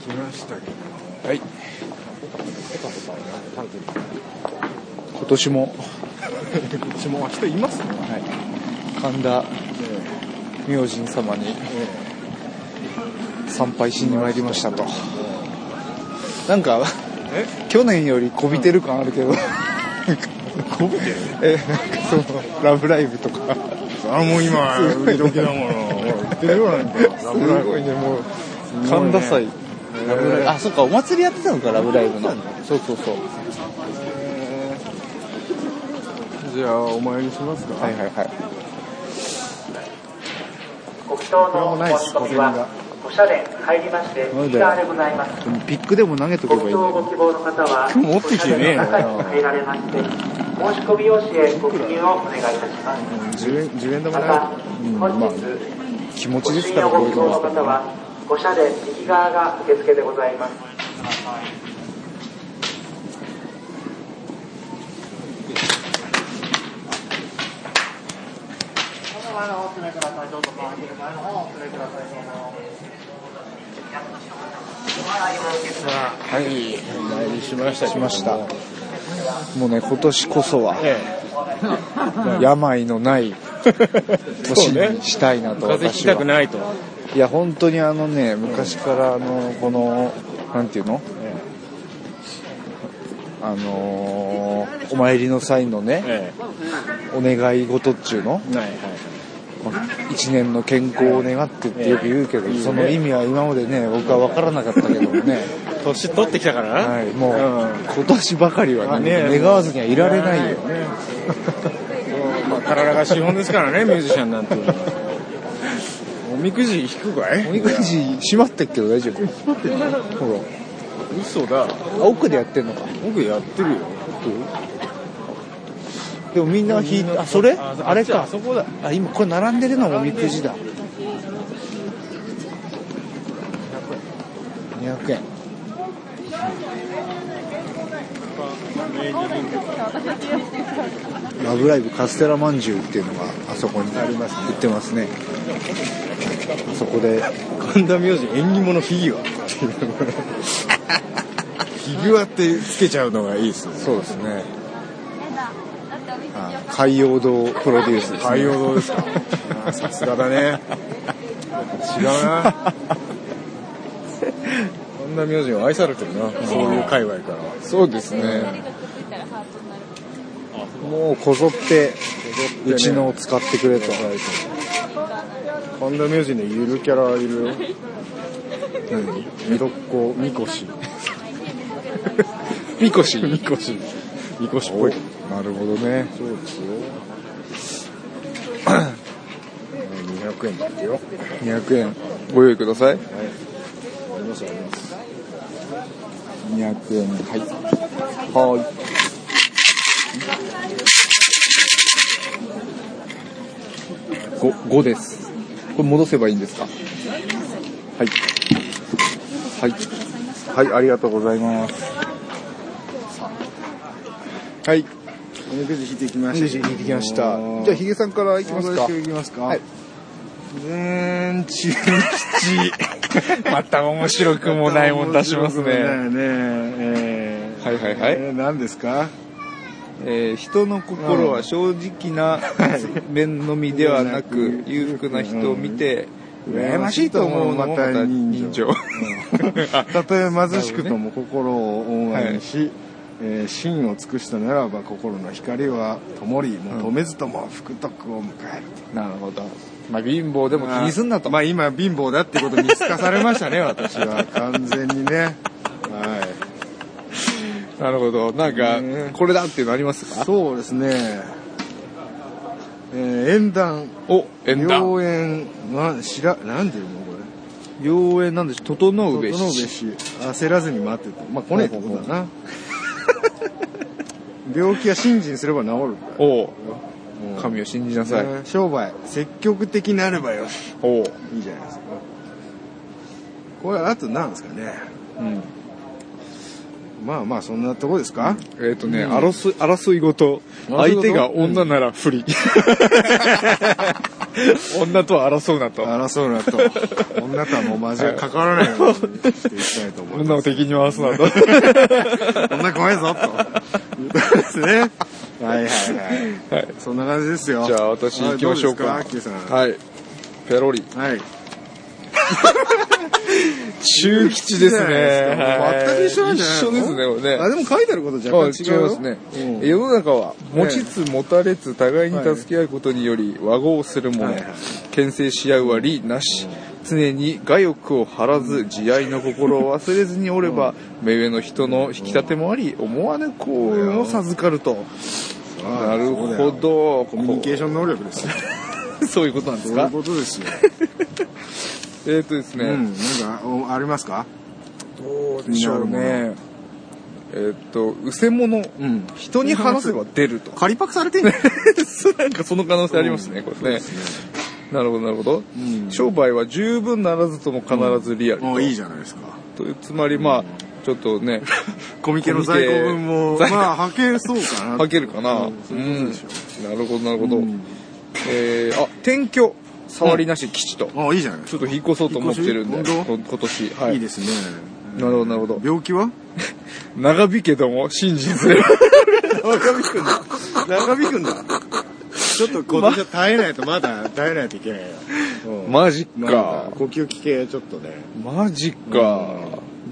きましたけどはい。今年も、こっちも人いますね神田え明神様にええ参拝しに参りましたと。なんか、え去年よりこびてる感あるけど、こびてる え、なんかその、ラブライブとか、あもう今売り時だものほら売ってるよなんかラすブライブごいね、もう、ね神田祭。ーラブライブあ、そっか、お祭りやってたのか、ラブライブの。そうそうそう。じゃあお参りしますかはいはいはい。ご祈祷の申し込みは、お車で入りまして、右側でございます。でもピックでも投げとけごばい祈いんだ祷よ。ご希望の方は、今日持ってきてねえおな車の中に入られまして、申し込み用紙へご記入をお願いいたします。 10円10円玉まないた、本日、気持ごちです信か用ら、こういごう希望のの方は。は、ご車で右側が受付でございます。はい、お参りしました。しました。もうね、今年こそは、 病のない年にしたいなと、風邪ひきたくい。ないと。いや、本当にあのね、昔からあの、この、なんていうのあのーお参りの際のね、えお願い事っちゅうのえ。はいはい。一年の健康を願ってってよく言うけど、その意味は今までね、僕は分からなかったけどもね。年取ってきたからな。はい、もう、うん今年ばかりはね、まあね願わずにはいられないよ。そうまあ、体が資本ですからね、ミュージシャンなんていうのは。おみくじ引くかいおみくじ閉まってっけど大丈夫閉まってほ嘘だ。ら。あ、奥でやってんのか。僕やってるよ。でもみんな引いて、あ、それああそれかあ。そこだ。あ、今これ並んでるのがおみくじだ。200円。ラブライブカステラまんじゅうっていうのがあそこに売ってますね。あそこで神田明神縁起物 フィギュア。フィギュアってつけちゃうのがいいですね。そうですね。あ海洋堂プロデュースですね。海洋堂ですか。あ ーさすがだね。違うな。神田明神を愛されてるな、そういう界隈からは。そうですね。もうこぞって、うちのを使ってくれと。神田明神のゆるキャラいるよ。江戸っ子、みこ し。みこし。みこし。みこしっぽい。なるほどね。そうですよ。200円だってよ。 200円。ご用意ください。ありますあります。 200円。はい。はい。5、5です。これ戻せばいいんですかはい。はい。はい、ありがとうございます。はい。おみくじ引いてきま引しいたてきました。じゃあ、ヒゲさんからいきますか。いきますかはいうーん中吉。 また面白くもないもん出しますねね。えーはいはいはいえー何ですかえー人の心は正直な面のみではなく、裕福な人を見て、羨ましいと思うのもまた人情。たとえ貧しくとも心を恩愛にし、えー真を尽くしたならば心の光は灯り求めずとも福徳を迎えると、なるほど。まあ、貧乏でも気にすんなと。まあ今貧乏だってことにすかされましたね私は完全 にねはいなるほど。なんかね、これだっていうのありますかそうですねえー、縁談お、縁談。良縁なしらなんていうのこれ妖縁なんでしょ整うべ整うべし。し焦らずに待っててまあ来ねえってことだな 病気は信心すれば治るんだよおううん神を信じなさい。えー商売積極的になればよしおういいじゃないですかこれあとなんですかねうん。まあまあそんなとこですか、えっ、とね、争い、争いごと、争い相事手が女なら不利。 女とは争うなと。争うな と女とはもう交わり関わらないようにしていきたいと思い女まをす敵に回すなと。女怖いぞ ということですねはいはいはい、そんな感じですよじゃあ私行きましょうか。はいどうですかアッキーさんはい。ペロリ。はい中吉ですじゃないね。ですか全く一緒なんじゃない一の緒ですね、これね。あでも書いてあることあ若干違違いうよますね、うん世の中は持ちつ持たれつ互いに助け合うことにより和合する者、はいはい牽制し合うは理なし、常に我欲を張らず慈愛の心を忘れずにおれば、目上の人の引き立てもあり思わぬ幸運を授かると、なるそうだほよどコミュニケーシション能力ですよョンそういうことなんでそすういうかことですよ、えっ、ー、とですね、うんなんかおありますかどうでしょうねえっ、と「うせ者、ん人に話せば出る」と仮パクされてんじゃないそう なんかその可能性ありますね、これね。なるほど、なるほど、商売は十分ならずとも必ずリアルと。もういいじゃないですかとつまり、まあ、ちょっとね、コミケの在庫分も在庫まあはけそうかなはけるかな。ううん。んそういうことでしょなるほど、なるほど。えー、あ、転居、触りなし基地と。あいいじゃないですちょかっと引っ越そうと思ってるんで、引っ越しこ本今年。はいい。いですねなるほど、なるほど。病気は長引けども、真実で。長引くんだ長引くんだちょっと今年は耐えないとまだ耐えないといけないよ、うんマジなんかか。呼吸器系ちょっとねマジか。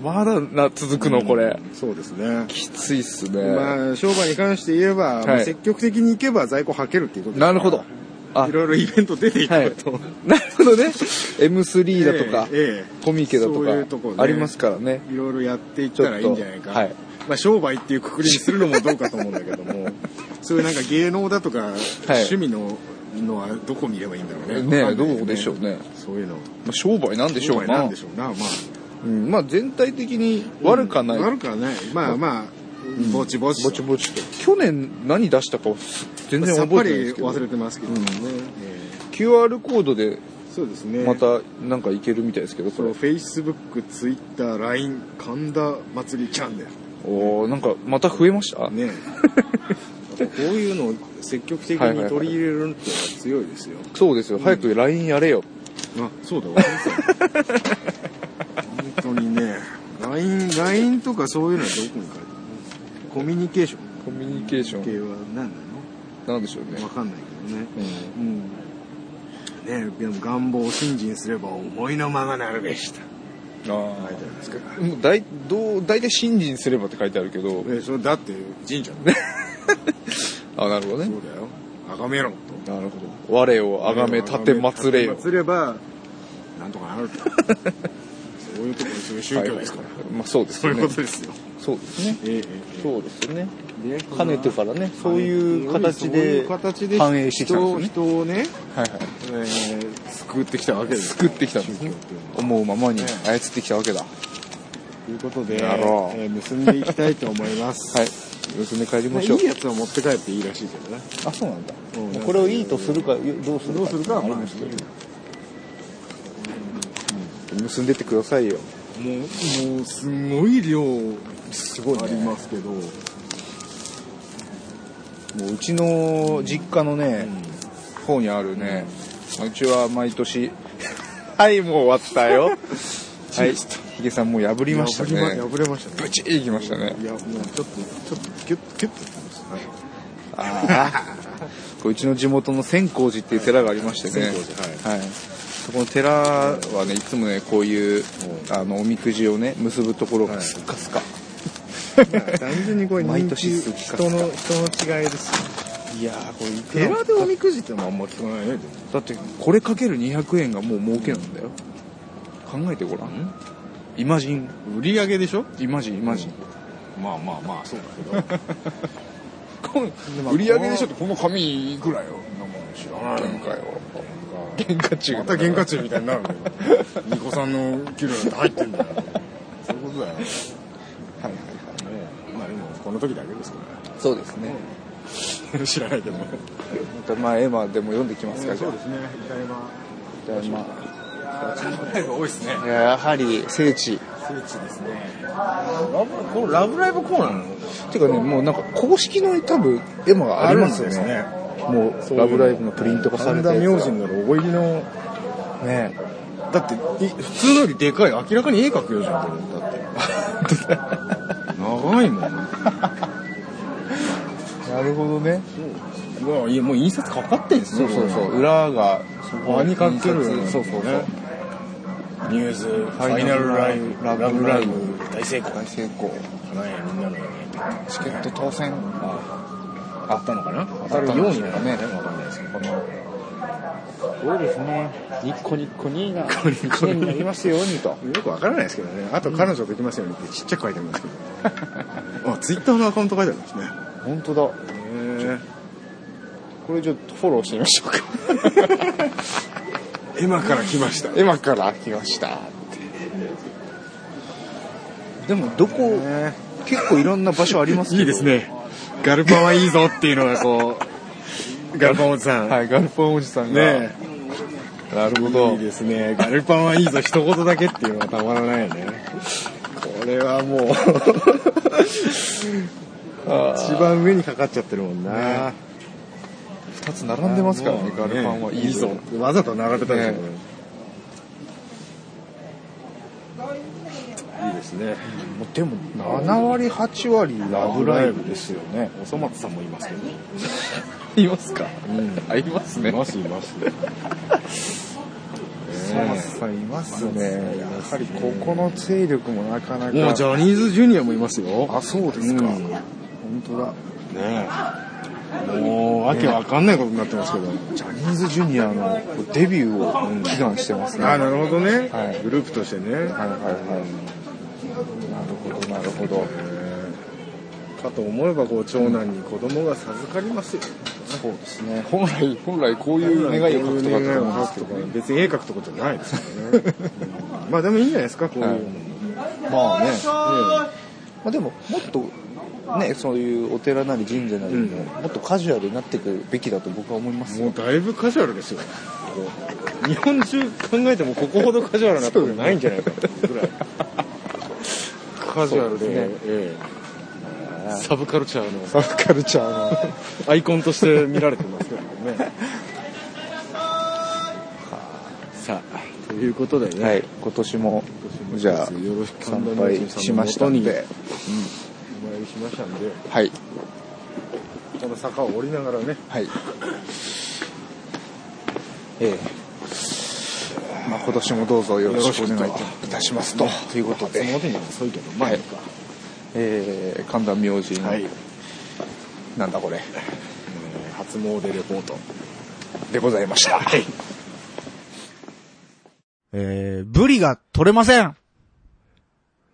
まだな、続くの、これ。そうですねきついっすね。まあ商売に関して言えば、まあはい積極的に行けば在庫はけるっていうことですなるほど。あい、ろいろイベント出ていくはいこと、。なるほどね。M3 だとか、ええええコミケだとそういうとこねか、ありますからね。いろいろやっていったらいいんじゃないか、ちょっとはいまあ、商売っていうくくりにするのもどうかと思うんだけども そういうなんか芸能だとか、趣味ののはどこ見ればいいんだろうねねわかんないよどこでしょうねそういうのまあ商売なんでしょう商売ななんで。しょうなまうんまあ全体的に悪かなあい。悪くはないまあまあ、ぼちぼちぼちぼちと。去年何出したか全然さっ覚えぱてりないんですけど忘、れてますけどね、え QR コードでえそうですねまたなんかいけるみたいですけど、こそれの。フェイスブックツイッター LINE 神田祭りチャンネルおーなんかまた増えました ねやっぱこういうのを積極的に取り入れるのってのは強いですよ、そうですよ。早く LINE やれよ。あそうだ忘れてた本当にね LINE, LINE とかそういうのはどこに書いてあるのコミュニケーションコミュニケーション。系は何ななんでしょうねのわ。かんないけどねうんうんねでも願望を信心すれば思いのままなるべしとあ書いてあるんですけどあ。もう大、どう、大体信心すればって書いてあるけど、えそれだって神社のねあ、なるほどねそ。うだよ崇めろとなるほど。我をあがめ、立て祭れよ。立て祭ればなんとかなるとそういうところそういう宗教ですから、はいはいまあそうですそうよいね。うことですよ、そうですね。ええええそうですよね。でかねてからね、そういう形そういでう形で反映してきたんですね。人を人をね、はいはえー救ってきたわけい。です救ってきたんです宗ね教っていうの。は思うままに操ってきたわけだ。はということで、えやろうー結んでいきたいと思い ます、い。結んで帰りままあ、いしょうい。やつは持って帰っていいらしいけどねあ、そうなんだうん。これをいいとするか、どうするか。どうするかはまあいいよ結んでってくださいよ。もうもうすごい量すごいねありますけど、もううちの実家のね、方にあるね、うちは毎年 はいもう終わった よはいヒゲさんもう破りました破りねま破れましたねブチーいきましたねいやもうちょっとちょっとキュッキュッとやってましたねあ あうちの地元の千光寺っていう寺がありましてね、はい千光はいそこの寺はねいつもねこういうあのおみくじをね結ぶところがスッカスカ、単純にこれ毎人年気好きか人の人の違いですい、やーこれいくら寺でおみくじってのはあんま聞かないねだってこれかける200円がもう儲けなんだよ考えてごらんイマジン売り上げでしょイマジンイマジン、まあまあまあそう だけどこんまあ売り上げでしょってこの紙いくらよそんなもん知らないのかよ原価中また原価中みたいになるのよニコさんの給料なんて入ってんだよそういうことだよねはいはいはいまあでもこの時だけですかそうですねら知らないけどまたまあエマでも読んできますかじゃあすね北山じゃあまライブ多いですねあやはり聖地聖地ですねラブこれラブライブコーナーなのていうかねもうなんか公式の多分エマがありますよねあるんですねもう「ラブライブ!」のプリント化され神た田明やつ神のロゴ入りのがねだってい普通のよりでかい明らかに絵描くようじゃんこれだって 長いもんなるほどねうわいやもう印刷かかってんすそようそうそうこ裏がれ輪にかけるよねそうそうそうニュースファイナルライブラブライブ大成功大成功花屋みんなのチケット当選あったのかなた当たるよるよううににななるるねねわかんないですけどそうですねニッコニッコにいいな1年になりますようにとよくわからないですけどねあと彼女できますよねってちっちゃく書いてありますけどあツイッターのアカウント書いてありますね本当だへこれちょっとフォローしてみましょうかえ今から来ました今から来ましたでもどこ、結構いろんな場所ありますけどねガルパはいいぞっていうのがこ うガルパおじさんはいガルパンおじさんが、ねなるほえいどいですねガルパンはいいぞ一言だけっていうのがたまらないよねこれは もう一番上にかかっちゃってるもんな、 2つ並んでますからねガルパンはいいぞ、わざと並べたんですよ、ねいいですねもうでも7割8割ラブライブですよねおそ松さんもいますけど いますか、んあいますねいますいますそうさんいますねやはりここの勢力もなかなかもうジャニーズジュニアもいますよあそうですか、うん本当だねえもうわけわかんないことになってますけど、ジャニーズジュニアのデビューを祈願してますね、あはいなるほどね、はいグループとしてね、はいはいなるほどなるほどえーかと思えばこう長男に子供が授かりますよ、そうですね本来本来こういう願いを書くとかって願いを思いま書すくけとどか別に絵描くとかじゃないですからね、うんまあでもいいんじゃないですかこういうのも、まあね、えまあ、でももっとねそういうお寺なり神社なりも、うんもっとカジュアルになっていくべきだと僕は思いますえもようだいぶカジュアルですよこう日本中考えてもここほどカジュアルなとこないんじゃないかっていうぐらいカジュアルでそうですねええサブカルチャーのサブカルチャーのアイコンとして見られてますけどね。さあ、ということでね、はい、今年もじゃあよろしく参拝しましたんで、お参りしましたんで、はい、この坂を降りながらね、はい。ええまあ今年もどうぞよろしくお願いいたしますとということで、初詣には遅いけど、まあいいか。ええ神田明神、はい、なんだこれえー初詣レポート。でございました。はい。えー、ブリが取れません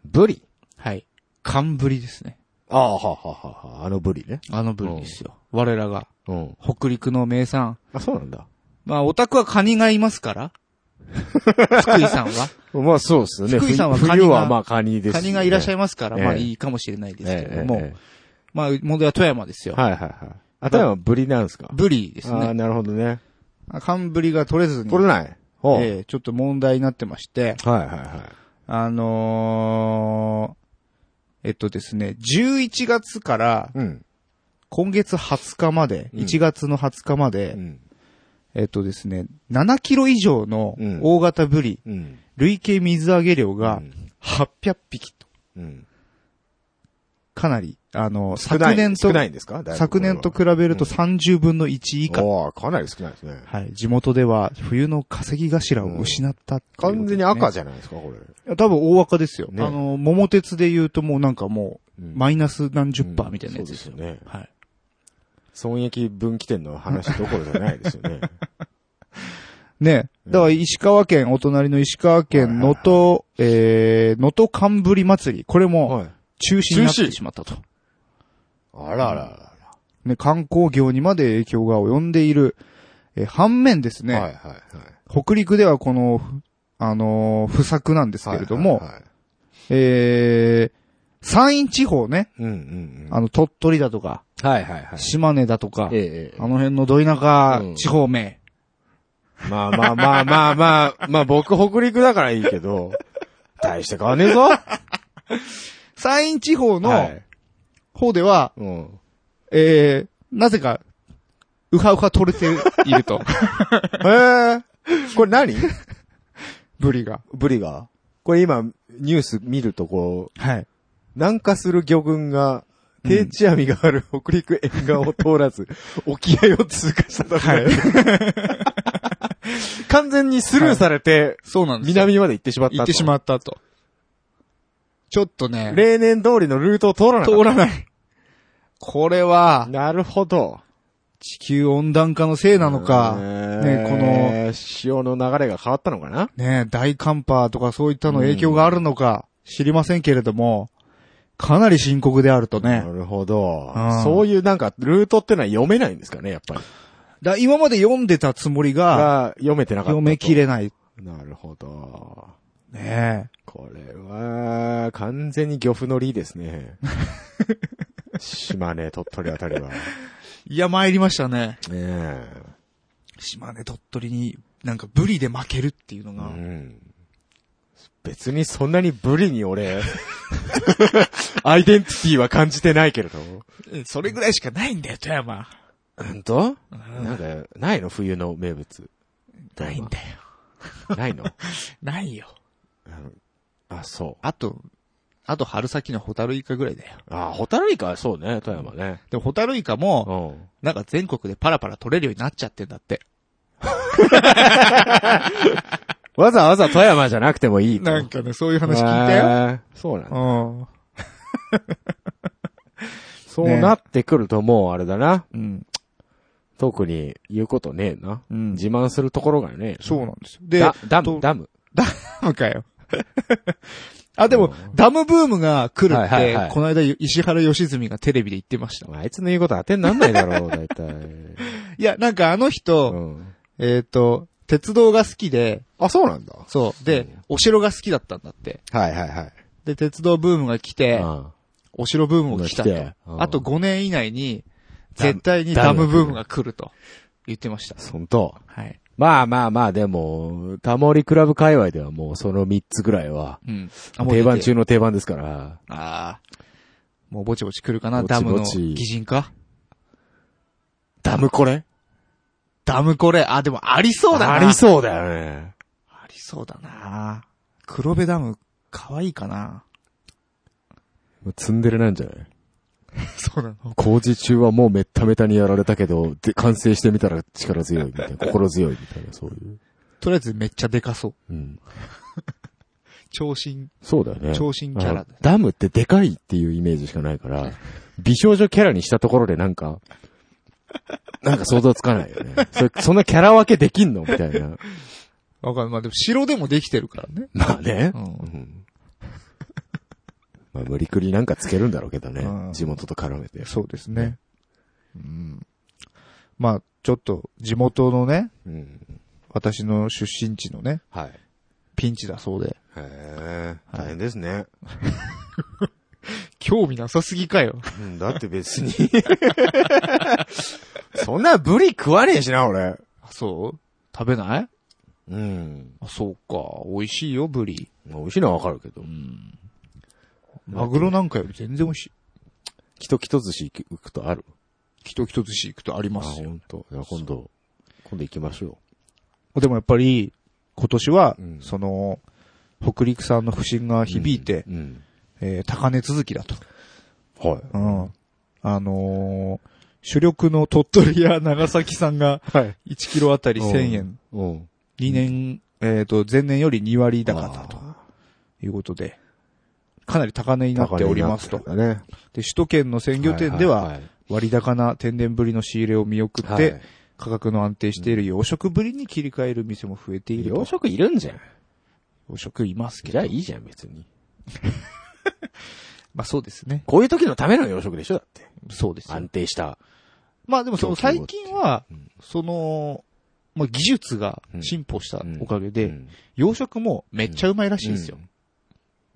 ブリはい。寒ブリですね。ああ、はあはあはあ、あのブリね。あのブリですよ。我らが、うん。北陸の名産。あ、そうなんだ。まあ、オタクはカニがいま すから。福井さんは。まあそうですよね。福井さんは冬カニが冬はまあカニです、カニがいらっしゃいいますから、ええまあいいかもしれないでますけれども。えええまあ、問題は富山ですえよ。はいはいはい。あ、たはブリなんですかブリですああ、ね。なるほどね。寒ブリが取れずに。取れない。ほう。ええちょっと問題になってまして、はいはいはい。あのー、えっとですね、11月からうん。今月20日まで、うん1月の20日まで、うん。えっとですね、7キロ以上のうん大型ブリ、うん。累計水揚げ量うがん800匹と、うん。かなり、あの、少な昨い年少と、ないんですかだいぶ昨年と比べるとうん30分の1以下。おーかなり少ないですね。はい。地元では冬の稼ぎ頭を失ったっていうことですね、完全に赤じゃないですか、これ。いや多分大赤ですよ。ねあの、桃鉄で言うともうなんかもう、うんマイナス何十パーみたいなやつですよ。うんそうですよねはい。損益分岐点の話どころじゃないですよ ね。ね。だから石川県、お隣の石川県能登、えー、能登寒ぶり祭り。これもい。中止になってしまったと。あらあらあね、観光業にまで影響が及んでいる。えー反面ですね、ら。はいはいはい。北陸ではこの、ふあのー不作なんですけれども、はいはいはいえー、山陰地方ね、うんうんうん。あの、鳥取だとか、はいはいはい。島根だとか、ええあの辺のど田舎地方名、まあまあまあまあまあ、まあ僕北陸だからいいけど、大して変わんねえぞ山陰地方はのい方では、うん。えー、なぜか、うはうは取れている と。えー、これ何ブリが。ブリがこれ今、ニュース見るとこう、はい。南下する魚群が、定置網がある北陸沿岸を通ら ず、沖合を通過したため、 完全にスルーされて、そうなんですよ。南まで行ってしまったと。行ってしまったと。ちょっとね、例年通りのルートを通らなかっ通らない。これた。は、なるほど。地球温暖化のせいなのか、ね、この、ね、潮の流れが変わったのかなね、大寒波とかそういったの影響があるのか、知りませんけれども、かなり深刻であるとねな。るほどうん。そういうなんか、ルートってのは読めないんですかね、やっぱり。だ今まで読んでたつもりが、が読めてなかったと。読めきれない。なるほど。ねこれは、完全に漁夫の利です ね。島根、鳥取あたりは。ねいや、参りましたね。え。島根鳥取に、なんかブリで負けるっていうのうが、ん。別にそんなにブリに俺、 アイデンティティは感じてないけれど。それぐらいしかないんだよ、富山。本当なんか、ないの冬の名物。ないんだよ。ないのないよ。 あ、そう。あと、あと春先のホタルイカぐらいだよ。あ、ホタルイカはそうね、富山ね。でもホタルイカも、うん。なんか全国でパラパラ取れるようになっちゃってんだって。わざわざ富山じゃなくてもいいと。なんかね、そういう話聞いたよ。へえ。そうなんだ。うん。そうねなってくるともうあれだな。うん。特に言うことねえな。うん自慢するところがねえ。そうなんですよ。で、ダダとム、ダム。ダムかよ。 あ、でも、ダムブームが来るっはいはいては、いこの間、石原良純がテレビで言ってました。あいつの言うこと当てになんないだ ろう、大体。いや、なんかあのう人、ん。えっと、鉄道が好きで、あ、そうなんだ。そう。で、お城が好きだったんだって。はいはいはい。で、鉄道ブームが来て、うんお城ブームが来たと来て。うんあと5年以内に、絶対にダムブームが来ると言ってました。ほんと。はい。まあまあまあ、でも、タモリクラブ界隈ではもうその3つぐらいは、うん。あもう出て定番中の定番ですから。ああ。もうぼちぼち来るかな、ぼちぼダちムの擬人化ダムこれダムこれ、あ、でもありそうだな。ありそうだよね。ありそうだな。黒部ダム、可愛いかな。もうツンデレなんじゃないそうなの。工事中はもうめっためたにやられたけど、で、完成してみたら力強いみたいな、心強いみたいな、そういう。とりあえずめっちゃでかそう。うん。長身。そうだよね。長身キャラあのダムってでかいっていうイメージしかな いから、美少女キャラにしたところでなんか、なんか想像つかないよね。それそんなキャラ分けできんのみたい な。わかる。まあ、でも城でもできてるからね。まあね。ううんん。まあ無理くりなんかつけるんだろうけどうんね。地元と絡めて。そうですね。うん。まあ、ちょっと、地元のね、うん。私の出身地のね、はい。ピンチだそうで。へえ、大変ですね。興味なさすぎかよ。うん、だって別に。 そんなブリ食わねえしな、俺。あ、そう食べないうん。あ、そうか。美味しいよ、ブリ。まあ、美味しいのはわかるけど。マグロなんかより全然美味しい。きときと寿司行くとある。きときと寿司行くとありまあ、すほよ。んと。じゃあ今度、今度行きましょでもやっぱり、今年は、うんその、北陸産の不振がう。響いて、うん。うんえー高値続きだと。はい。うん。あのー主力の鳥取や長崎産が、はい。 1キロあたり1000円。うん。 2年、えっ、と、前年より2割高だということで、かなり高値になっておりますと。高値になってるんだね。で、首都圏の鮮魚店でい、はいい割高な天然ぶりの仕入れを見送って、はい価格の安定している養殖ぶりに切り替える店も増えていると。洋食いるんじゃん。養殖いますけじゃどあ。いいじゃん、別に。まあそうですね。こういう時のための洋食でしょ、だって。そうですよ。安定した。まあでもその供給最を近はうん、その、まあ技術が進歩したおかげうで、ん養殖もめっちゃうまいらしいですよ。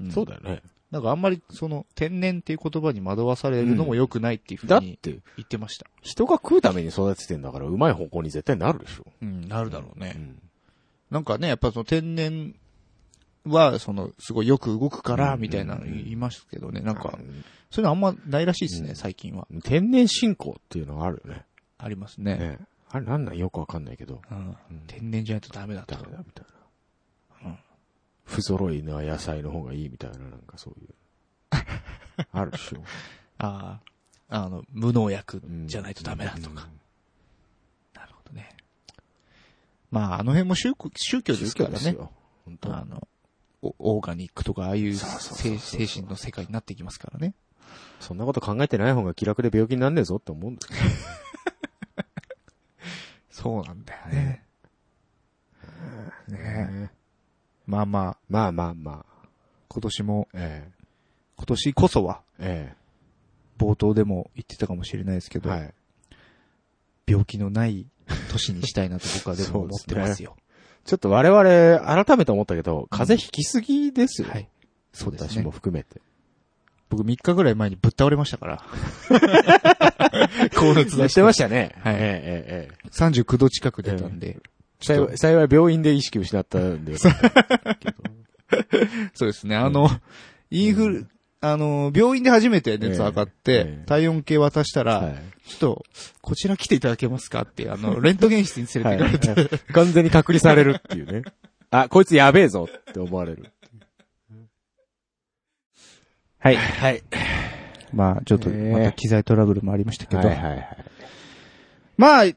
うんそうだよね。なんかあんまりその天然っていう言葉に惑わされるのも良くないっていうふだうっにて、言ってました。人が食うために育ててんだから、うまい方向に絶対なるでしょ。うん、なるだろううね。ん。なんかね、やっぱその天然は、その、すごいよく動くから、うんみたいなの言いますけどね。なんかう、んそういうのあんまないらしいですうね、ん最近は。天然信仰っていうのがあるよね。ありますね。ねあれなんなんよくわかんないけど。うんうん。天然じゃないとダメだとダ。メだみたいな。不揃いな野菜の方がいいみたいな、なんかそう いう。あるでしょ。ああ、あの、無農薬うんじゃないとダメだとか。。なるほどね。まあ、あの辺も宗教宗教うんですからですね。よ本当あの、おオーガニックとか、ああいうそうそうそうそう精精神の世界になっていきますからね。そんなこと考えてない方が気楽で病気になんねえぞって思うんですよ。そうなんだよね。ねえねまあまあ、まあまあまあ。今年も、え今年こそは、え。え冒頭でも言ってたかもしれないですけえ。ど、はい。病気のない年にしたいなと僕はでも思ってますよ。ちょっと我々、改めて思ったけど、風邪ひきすぎですよ。はい。そうです私ねも。含めて。僕3日ぐらい前にぶっ倒れました から。 高熱や出ってましたね。はいええええええ。 39度近く出たんで。幸い、幸い病院で意識失ったんで。そうですね。あの、インフル、あの、病院で初めて熱上がってええ、体温計渡した はら、ちょっと、こちら来ていただけますかって、あの、 レントゲン室にい。連はれいて行かれて、完全に隔離されるっていう ね。あ、こいつやべえぞって思われる。はい。はい。まあ、ちょっと、ええまた機材トラブルもありましたけど、はい。まあ、い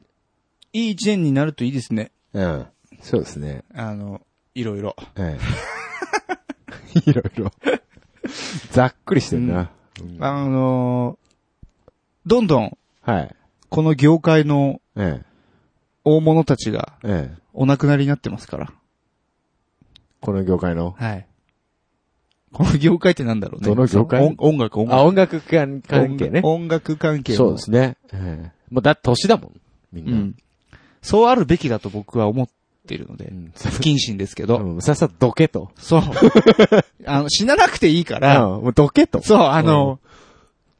い一年になるといいですね。うん。そうですね。あの、いろいろ。え え。いろいろ。ざっくりしてるな。うんあのーどんどん、はい。この業界のえ大物たちがえ。ええ。お亡くなりになってますから。この業界の。はい。この業界ってなんだろうね。どの業界音音楽、音楽。あ、音楽関関係ね。音音楽関係もそうですね。ええ。もうだって年だもん。みうんん。そうあるべきだと僕は思っているのでな。う、ん。不謹慎ですけど、うんさっさとどけと。 そう。あの、死ななくていいかうん。ら、もうどけと。そう、あの、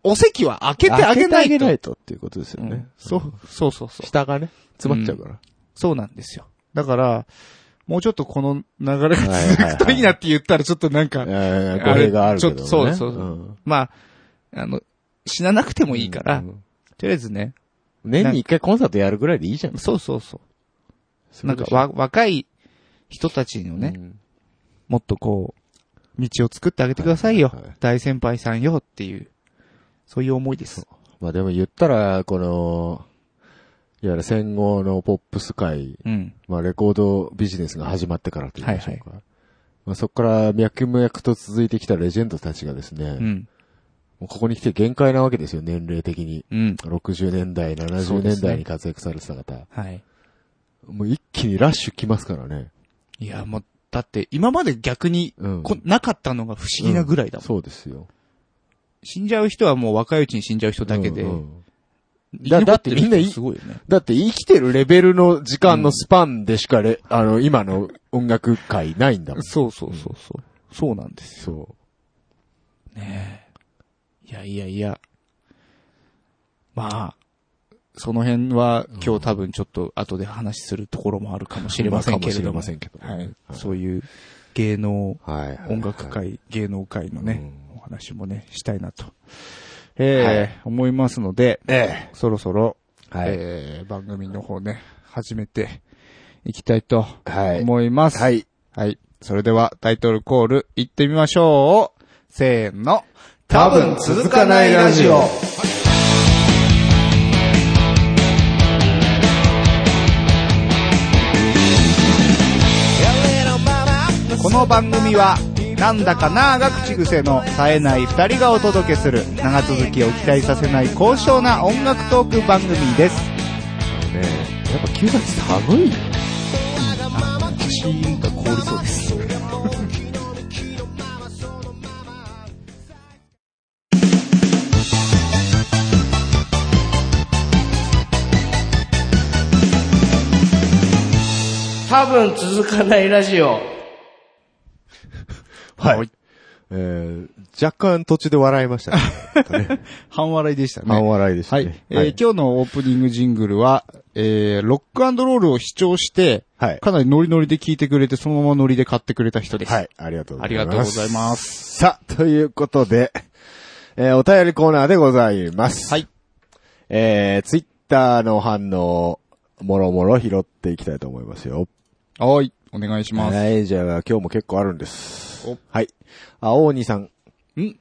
お席は開けてあげない開けてとあげ。ないとっていうことですようねん。そう、そうそうそう。下がね、詰まっちゃうから。そうなんですよ。だから、もうちょっとこの流れがはいはいはい続くといいなって言ったらちょっとなんか、えー語弊があるけどあれちょね。っとそうそうそうんまあ、あの、死ななくてもいいから、うんとりあえずね、年に一回コンサートやるぐらいでいいじゃん。そうそうそ。そうういなうんこかとわ、若い人たちのでしょね、もっとこう、道を作ってあげてくださいよ。はいはいはい大先輩さんよっていう、そういう思いです。まあでも言ったら、この、いわゆる戦後のポップス界、うん。まあレコードビジネスが始まってからと言いましょうか。まあそこから脈々と続いてきたレジェンドたちがですね、うもん。うここに来て限界なわけですよ、年齢的に。うん。 60年代、そ70うで年すね代に活躍されてた方。はい。もう一気にラッシュ来ますからね。いや、もう、だって、今まで逆に、うん。こ、なかったのが不思議なぐらいだもん。そうですよ。死んじゃう人はもう若いうちに死んじゃう人だけで、うんうん生き残る人だだってみんないすごいよね。だって生きてるレベルの時間のスパンでしかレ、あの、今の音楽界ないんだもん。そうそうそうそう。そうなんですよ。そう。ねえ。いやいやいや。まあ、その辺は今日多分ちょっと後で話するところもあるかもしれませんけれども。まあかもしれませんけどもはい。そういう芸能、はいはいはい。音楽界、芸能界のね、うお話もね、したいなと。ええ、思いますので、えそろそろ、え。はい。えー番組の方ね、始めていきたいとはい思います。はい。はい。それではタイトルコール行ってみましょう。せーの。多分続かないラジオ。この番組は、なんだかなあが口癖の冴えない二人がお届けする、長続きを期待させない高尚な音楽トーク番組です。ねえやっぱ9月寒いよ。シーンが凍りそうです。多分続かないラジオ。はい。えー、若干途中で笑いました ね。なんかね半笑いでしたね。半笑いでしたはい、ね。えー今日のオープニングジングルは、えー、ロックロールを視聴して、はいかなりノリノリで聞いてくれて、そのままノリで買ってくれた人です。はい。ありがとうございます。。ありがとうございますさあ、ということで、えー、お便りコーナーでございます。はい。えー、ツイッターの反応、もろもろ拾っていきたいと思いますよ。はい。お願いします。はい、じゃあ今日も結構あるんですお。はい。あ、大鬼さん。ん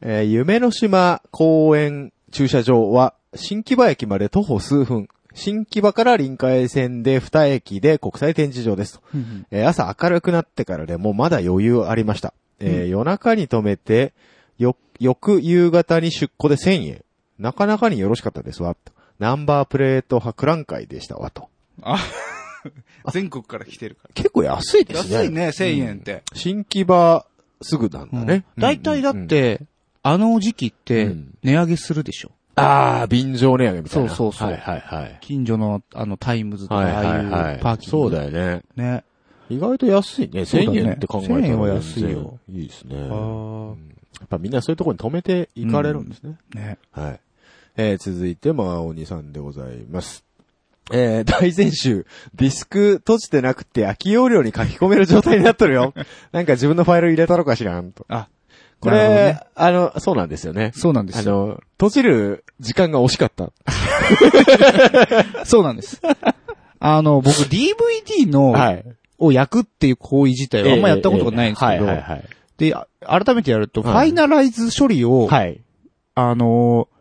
えー夢の島公園駐車場は、新木場駅まで徒歩数分。新木場から臨海線で2駅で国際展示場ですと。えー朝明るくなってからでもまだ余裕ありました。えー夜中に止めて、よ、翌夕方に出庫で1000円。なかなかによろしかったですわ。とナンバープレート博覧会でしたわと。あ、全国から来てるか結構安いでら。すね。安いね、1000円って。新木場すぐなんだね。大体だって、あの時期ってん、値上げするでしょ。ああ、便乗値上げみたいな。そうそうそうはいはいはい。近所の、あの、タイムズとか、はいああはいいうはい。パーキング。そうだよね。ね。意外と安いね。そうだね1000円って考えたら、 1000円は安いよ。いいですね。あやーっぱみんなそういうところに止めて行かれるんですね。ね。はい。えー続いて、まあ、鬼さんでございます。えー 大全集、ディスク閉じてなくて空き容量に書き込める状態になっとるよ。なんか自分のファイル入れたのかしらんと。あ、こなるほどれ、ねあの、そうなんですよね。そうなんであすよ。の、閉じる時間が惜しかった。そうなんです。あの、僕 DVD の、はい。を焼くっていう行為自体はあんまやったことがないんですけど、ええええはいはいはい。で、あ改めてやると、フはァいイナライズ処理を、はい。あのー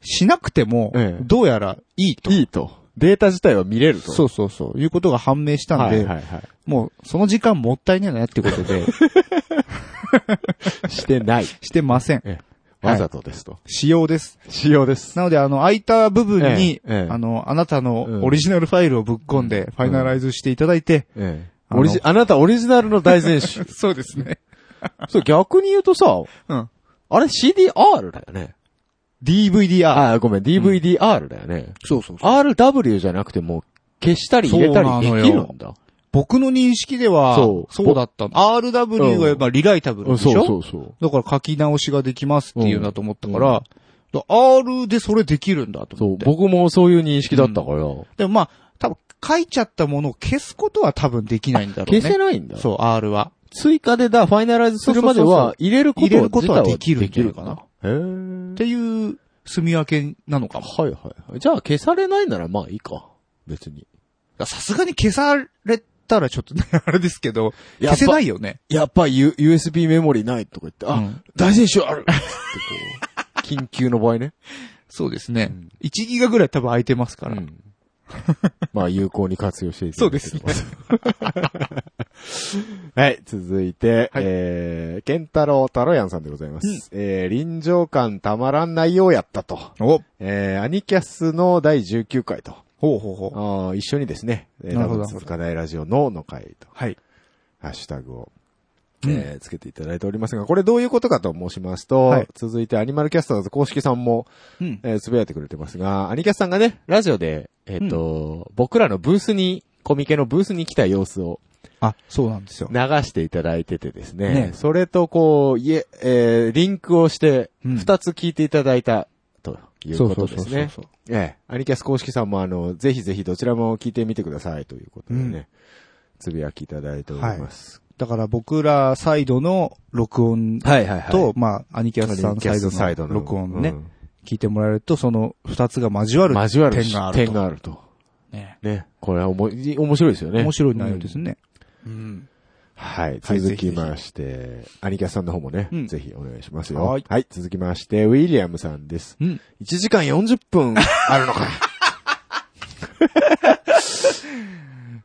しなくてもええ、どうやらいいと。いいと。データ自体は見れると。そうそうそう。いうことが判明したんはいで、はいはい。もう、その時間もったいねえなってことで、 してない。してません。わざとですと。使用です。仕様です。なので、あの、空いた部分に、ええええあの、あなたうんのオリジナルファイルをぶっ込んで、ファイナライズしていただいて、ええ。あのオリジ、あなたオリジナルの大全集。そうですね。 そう、逆に言うとさ、うんあれ CDR だよね。 DVDR。ああ、ごめん、DVDR だよね。そうそう RW じゃなくても、消したり入れたりできるんだ。僕の認識では、そそううだった。RW がやっぱリライタブルでしょ、そうそうそう。だから書き直しができますっていうんだと思ったから、だ R でそれできるんだとそ思うって。僕もそういう認識だったから。でもまあ、多分書いちゃったものを消すことは多分できないんだろうね。消せないんだ。そう、R は。追加でだ、ファイナライズするまでそうそうそうは、入れること入れることは自で体きるはでんじきゃなるいかな。っへーていう、住み分けなのかも。はいはいはい。じゃあ消されないならまあいいか。別に。さすがに消されたらちょっとね、 あれですけど、やっ消ぱせないよね。やっぱ U、USB メモリないとか言って、あ、うん大選手あ るってこう緊急の場合ね。そうですね。1ギガぐらい多分空いてますから。うんまあ、有効に活用していたそうだけでればすね。 はい、続いて、えー、ケンタロウタロヤンさんでございます。えー、臨場感たまらん内容やったと。おえー、アニキャスの第19回と。ほうほうほう。あー一緒にですね、えー、なラるほどブ続かないラジオのの会と。はい。ハッシュタグを、えーつけていただいておりますが、これどういうことかと申しますと、はい続いてアニマルキャスターズ公式さんも、うんえーつぶやいてくれてますが、アニキャスさんがね、ラジオで、えっ、と、僕らのブースに、コミケのブースに来た様子をあ、そうなんですよ流。していただいててですね、ねそれとこう、いえ、えーリンクをして、うん二つ聞いていただいた、というそうこそとうそでうすそうね。そう。ええ、アニキャス公式さんもあの、ぜひぜひどちらも聞いてみてくださいということでね、うんつぶやきいただいております。だから僕らサイドの録音はい、はいはいと、まあ、アニキャスさんサイドサイドのの録音ね、うん聞いてもらえると、その二つが交わる交わる点があると点があると。ね。ね。これはおもい面白いですよね。面白い内容ですね。はい。はい続きまして、アニキャスさんの方もね、うんぜひお願いしますよ。ははいい。続きまして、ウィリアムさんです。うん1時間40分ある のか。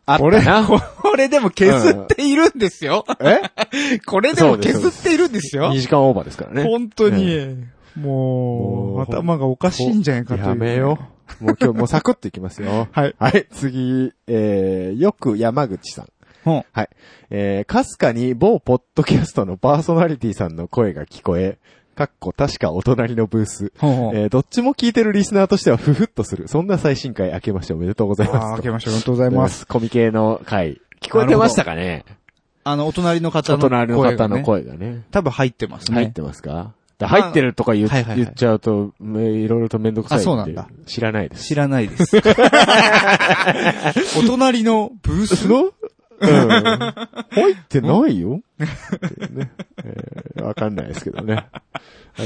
あったな。これでも削っているんですよ。えこれでも削っているんですよ ?2。時間オーバーですからね。本当に、えもう、もう頭がおかしいんじゃないかという。。やめよう。もう今日もうサクッといきますよはいはい、次、えー、よく山口さん。うんはい。えー、かすかに某ポッドキャストのパーソナリティさんの声が聞こえ、かっこ確かお隣のブース。ほうほう。えー、どっちも聞いてるリスナーとしてはふふっとする。そんな最新回明けましておめでとうございます。あー、明とけましておめでとうございます。コミケの回。聞こえてましたかねあの、お隣の方おの声が、ね。隣の方の声がね。多分入ってますね。入ってますかだ入ってるとか言,、はいはいはい言っちゃうと、めいろいろとめんどくさいってい。あそうなんだ知 らないです。知らないです。お隣のブースのうん入ってない よってねえーわかんないですけどね。あ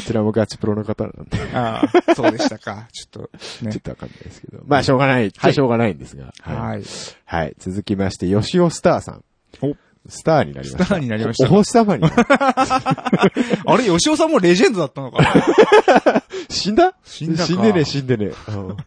ちらもガチプロの方なんで。ああ、そうでしたか。ちょっと、ねちょっ。とわかんないです けど。まあ、しょうがない。じゃしょうがないんですが。はい。はい。続きまして、吉尾スターさん。おスターになりました。スターになりましたおお星様になった。あれ、吉尾さんもレジェンドだったのかな死んだ死んだかでねえ、死んでねえ。 うん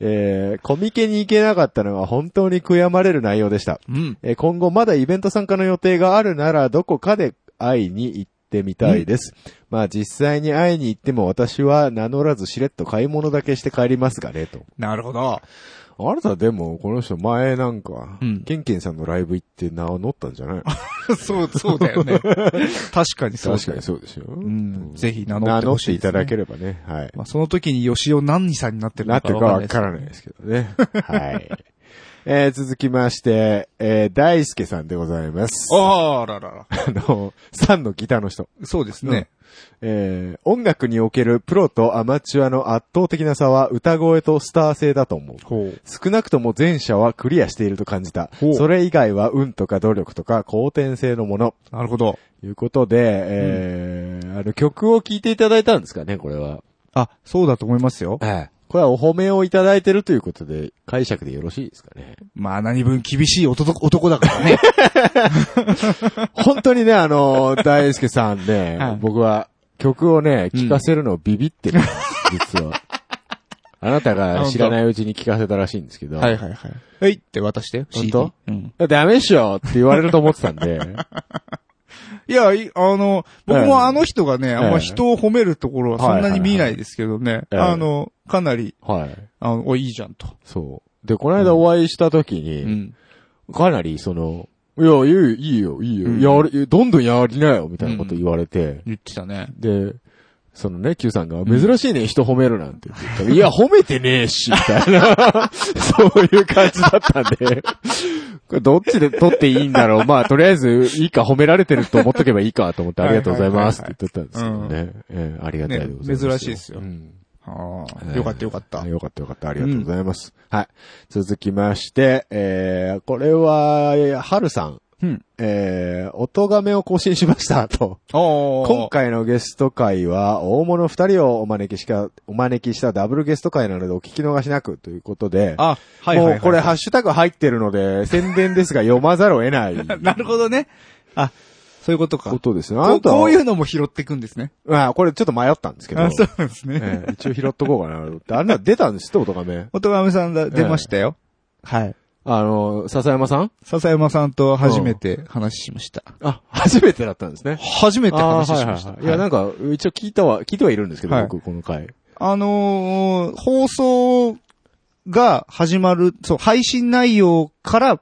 えーコミケに行けなかったのは本当に悔やまれる内容でした。うん。えー今後まだイベント参加の予定があるならどこかで会いに行ってみたいです。まあ実際に会いに行っても私は名乗らずしれっと買い物だけして帰りますがね、と。なるほど。 あなたでもこの人前なんか、うんケンケンさんのライブ行って名を乗ったんじゃないそう、そうだよ ね。確かにそう。確かにそうですよ。うん。ぜひ名乗名って乗ほっしていいですねただければね。はい。まあ、その時に吉尾何さんになってるなのってかるかわかららないですけどね。はい。えー、続きまして、えー、大輔さんでございます。あああららら。の、さんのギターの人。そうですね。えー、音楽におけるプロとアマチュアの圧倒的な差は歌声とスター性だと思う。少なくとも前者はクリアしていると感じた。ほうそれ以外は運とか努力とか後天性のもの。なるほど。ということで、えーあの曲を聴いていただいたんですかね、これは。あ、そうだと思いますよ。はい。これはお褒めをいただいてるということで、解釈でよろしいですかね。まあ何分厳しい男男だからね。本当にね、あ の、大輔さんね、はい僕は曲をね、聴かせるのをビビってるんです、実は。あなたが知らないうちに聴かせたらしいんですけど。 はいはいはい。はいって渡して。本当 CD うん。ダメっしょって言われると思ってたん で。いや、いあの、僕もあの人がね、あんま人を褒めるところはそんなに見ないですけどね。いはいはいあの、かなり、はい。あの、お、いいじゃんと。そう。で、この間お会いした時に、うん。かなりその、いや、いいよ、いいよ、いいよ、うんやる、どんどんやりなよ、みたいなこと言われて、言ってたね。で、そのね、Q さんが、珍しいね、人褒めるなんて言ってたらいや、褒めてねえし、みたいな、 そういう感じだったんで、これどっちで取っていいんだろう。まあ、とりあえず、いいか、褒められてると思っとけばいいか、と思って、ありがとうございますって言ってたんですけどはいはね。ええありがたいでございます。ね珍しいですようんああ、よかったよかった。よかったよかった。ありがとうございます。はい。続きまして、えー、これは、えーはるさん。うんえー、音亀を更新しました、と。おー今回のゲスト会は、大物二人をお招きした、お招きしたダブルゲスト会なのでお聞き逃しなくということで、あ、はいはいはい。もうこれハッシュタグ入ってるので、宣伝ですが読まざるを得ない なるほどね。あ、そういうことか。ことですね。こあ、うこういううのも拾っていくんですね。まあこれちょっと迷ったんですけど、あ、そうなんですね。えー一応拾っとこうかな。あれな出たんですって、音亀。音亀さんだ出ましたよ。はい。あの、笹山さん笹山さんと初めて話しました。あ、初めてだったんですね。初めて話しました。あーはいはいはいいや、なんか、一応聞いたは、聞いてはいるんですけど、はい僕、この回。あのー放送が始まる、そう、配信内容から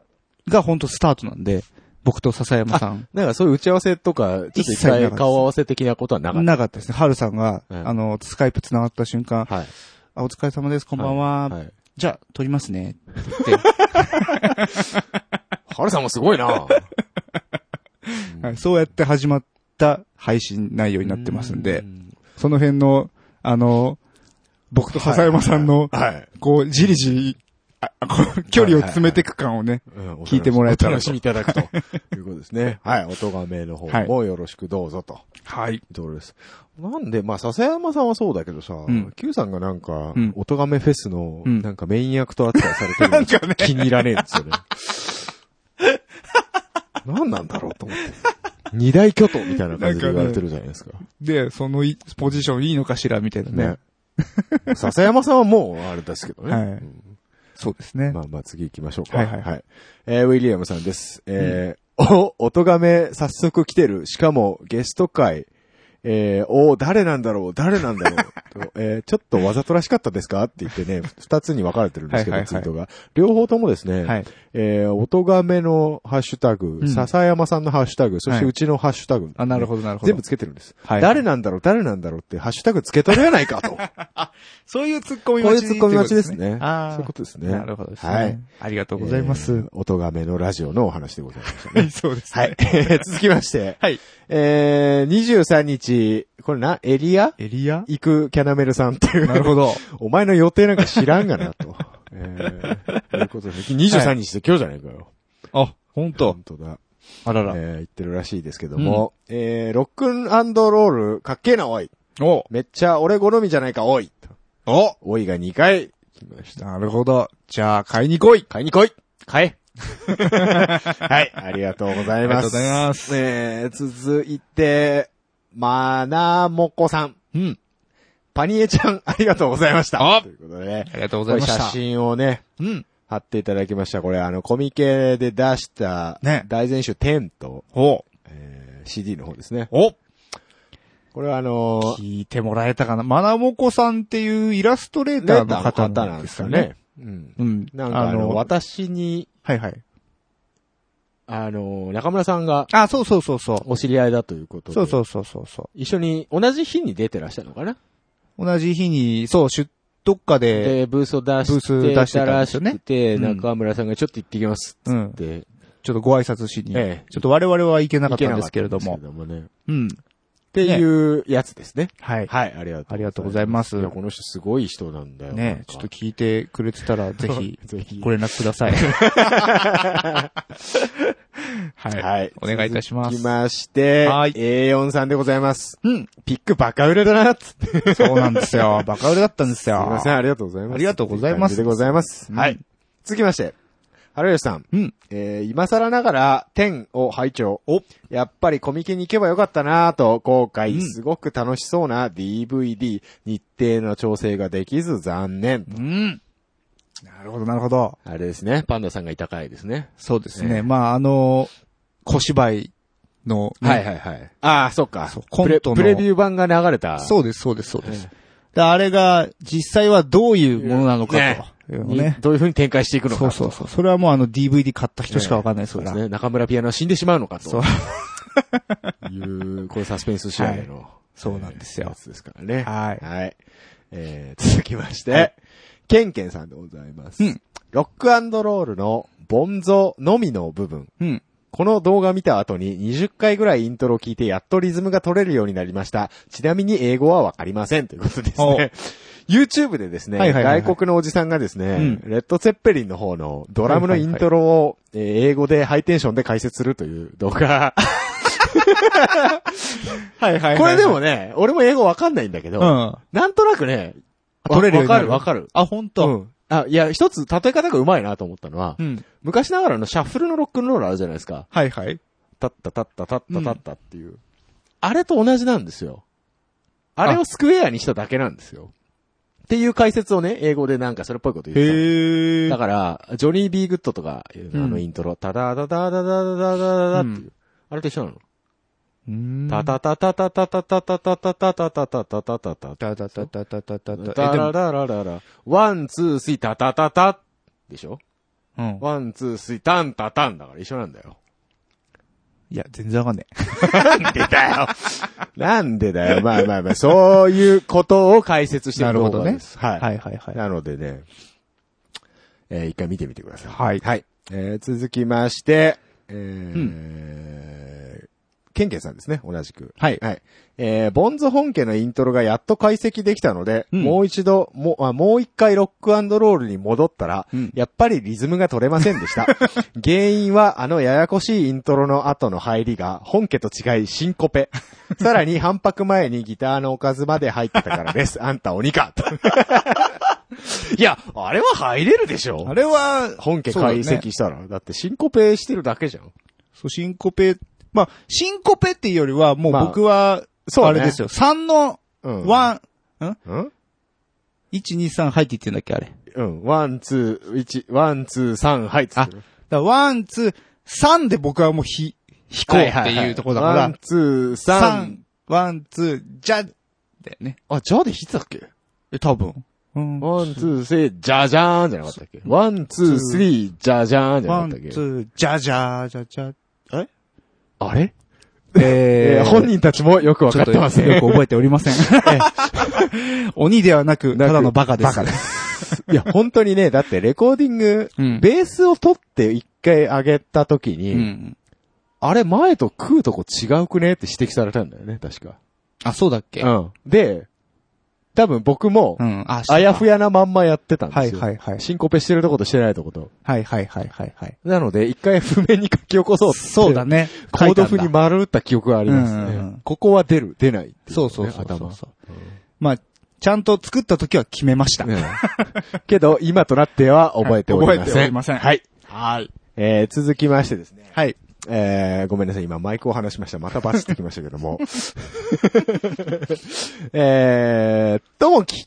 が本当スタートなんで、僕と笹山さん。なんか、そういう打ち合わせとか、ちょっと一一切なかったで回す顔合わせ的なことはなかった。なかったですね。春さんが、うんあの、スカイプ繋がった瞬間、はい。あ、お疲れ様です、こんばんは。はい。じゃあ、撮りますね。はるさんもすご いなはい、そうやって始まった配信内容になってますんでう、んその辺の、あの、僕と笹山さんの、はい。こう、じりじり、あこう距離を詰めていく感をね、うん聞いてもらえたらお楽しみいただくと。いうことで すね。はい。音がめの方もよろしくどうぞと。はい。いうところです。なんで、まあ、笹山さんはそうだけどさ、ん Q さんがなんかうん、音がめフェスの、うんなんかメイン役と扱いされてるのがちょっと気に入らねえんですよね。何なんだろうと思って。二大巨頭みたいな感じで言われてるじゃないですか。で、そのいポジションいいのかしら、みたいなね。ね。笹山さんはもう、あれですけどね。はいうんそうですね。 まあまあ次行きましょうか。はいはいえーウィリアムさんです。えーお、音がめ早速来てる。しかもゲスト会。えーお、誰なんだろう誰なんだろ うとえーちょっとわざとらしかったですかって言ってね、二つに分かれてるんですけど、はいはいツイはいートが。両方ともですね、はい。えー音がめのハッシュタグ、ん笹山さんのハッシュタグ、そしてはいうちのハッシュタグ、あ、なるほど、なるほど。全部つけてるんです。はい誰なんだろう誰なんだろうってハッシュタグつけとるやないかと。そういうツッコミこうい待ちうツッコミ待ちですね。ああ。そういうことですね。なるほどですね。はい。。ありがと うございます。えー。音がめのラジオのお話でございま したね。そうです、はい。。 続きまして。はい。えー、23日、これな、エリアエリア行くキャナメルさんっていう。なるほど。 お前の予定なんか知らんがな、と。えー、ということで、23日って今日じゃないかよ。あ、本当本当だ。あらら。えー言ってるらしいですけどもも、、えー、ロックンロール、かっけえな、おい。おめっちゃ俺好みじゃないか、おい。おおいが2回来ました。なるほど。じゃあ、買いに来い。買いに来い買え はい、ありがとうございます。ありがとうございますえー、続いて、まなもこさん。うん。パニエちゃん、ありがとうございました。あということでね。ありがとうござこいれまし写た。真をね、うん。貼っていただきました。これ、あの、コミケで出した、ね大全集10と、おえー CD の方ですね。おこれはあのー聞いてもらえたかな。まなもこさんっていうイラストレータレーータのーの方方なんですか。ね。うん。うん。なんかあの、私に、はいはい。あの、中村さんがあ、そうそうそうそう。お知り合いだということで。そうそうそうそうそ一緒に、同じ日に出てらっしゃるのかなう。同じ日に、そう、出、どっかで、で、ブースを出ブーしス出しててたん出ですよねたらしくて、うん中村さんがちょっと行ってきますうっん。て、ちょっとご挨拶しに。ええちょっと我々は行けなか行っけたなんでかったすけれども。ね。っうん。ていうやつですね。はい。はい、ありがとう。ありがとうございますいや、この人すごい人なんだよ。なんねか、、ちょっと聞いてくれてたら、ぜひ ぜひご連絡くだ さい。はい。はい。お願いいたします続きまして、はい A4 さんでございます。うん。ピックバカ売れだな、つって。すいそうなんです よ。バカ売れだったんですよ。ません、ありがとうございます。ありがとうございますとう感じでございます。うんはい。続きまして、春吉さん。うん。えー、今更ながら、天を拝聴。おやっぱりコミケに行けばよかったなぁと、後悔、すごく楽しそうな DVD、日程の調整ができず残念。うん。なるほど、なるほど。あれですね、パンダさんがいた回ですね。そうですね。まあ、あの、小芝居のね、はいはい。ああ、そっか。そうコントのプレプレビュー版が流れた。そうです、そうです、そうです。で、あれが、実際はどういうものなのかというのにね。どういう風に展開していくのかそと。うそうそう。それはもうあの DVD 買った人しかわかんないですそうかでら。すね。中村ピアノは死んでしまうのかと。 そういう、これサスペンス仕上げの、そうなんですやよ。つですからね。はいはい。えー、続きまして、ケンケンさんでございます。うんロックロールのボンゾのみの部分。うんこの動画見た後に20回ぐらいイントロを聞いてやっとリズムが取れるようになりました。ちなみに英語はわかりませんということですね。YouTube でですね、はいはいはいはい外国のおじさんがですね、んレッド・ツェッペリンの方のドラムのイントロを、えー英語でハイテンションで解説するという動画。はいはこれでもね、俺も英語わかんないんだけど、うん。なんとなくね、取れるようになるわかるわかる。あ、本当。うん。あ、いや、一つ例え方が上手いなと思ったのは、うん。昔ながらのシャッフルのロックンロールあるじゃないですか。はいはい。タッタタッタタッタタッタっていう。あれと同じなんですよ。あれをスクエアにしただけなんですよ。っていう解説をね、英語でなんかそれっぽいこと言ってたの。へだー。から、ジョニー・ビー・グッドとかいうのあのイントロ、タダダダダダダダダダっていう。あれと一緒なのうんタタタタタタタタタタタタタタタタタタタだだだだだだだだ。タラララララ。ワン、ツー、スリー、タタタタ。でしょうん。ワン、ツー、スリー、タンタタンだから一緒なんだよ。いや、全然わかんねえ。なんでだよ。まあまあまあ、そういうことを解説し てなるる動ほど画ねで。す。はい。はいはいはい。なのでね、えー一回見てみてください。はいはい。えー続きまして、えーケンケンさんですね、同じく。はい。はい。えーボンズ本家のイントロがやっと解析できたので、うんもう一度、もう、あもう一回ロックロールに戻ったら、うんやっぱりリズムが取れませんで した。原因はあのややこしいイントロの後の入りが本家と違いシンコペ。さらに反拍前にギターのおかずまで入ってたからです。あんた鬼か。 いや、あれは入れるでしょあれは、本家そうだ解ね析したら。だってシンコペしてるだけじゃん。そう、シンコペ、まあ、シンコペっていうよりは、もうまあ僕は、そうねあれですよ。3の、うん1、うん1,2,3入っていってんだっけ、あれ。うん。ワン、ツー、一、ワン、ツー、サン、はいっつってる。だから、1、2、3で僕はもうひ、引こうっていうところだかワらン、、ツー、3サン。、 1、2、じゃ、だよね。あ、じゃあで弾いてたっけえ、多分。うん。ワン、ツー、スリー、じゃじゃーんじゃなかったっけワン、ツー、スリー、じゃじゃーんじゃなワかっン、ツたっけー、じゃじゃー、じゃじゃー。あれええー本人たちもよくわかってません。よく覚えており ません。鬼ではなく、ただのバカです。バカです。いや、本当にね、だってレコーディング、うんベースを取って一回上げた時に、うん。あれ前と食うとこ違うくねって指摘されたんだよね、確か。あ、そうだっけうん。で、多分僕も、あやふやなまんまやってたんですよ。はいはいはい。シンコペしてるとことしてないとこと。はいはいはいはいはい。なので、一回譜面に書き起こそうそうだね。コード譜に丸打った記憶がありますね。ここは出る、出ない、ね、そうそうそう頭。まあ、ちゃんと作った時は決めました。 けど、今となっては覚えておりません。覚えておりません。はい。はい。えー、続きましてですね。はい。えー、ごめんなさい、今マイクを離しました。またバツってきましたけども。 えー、ともき、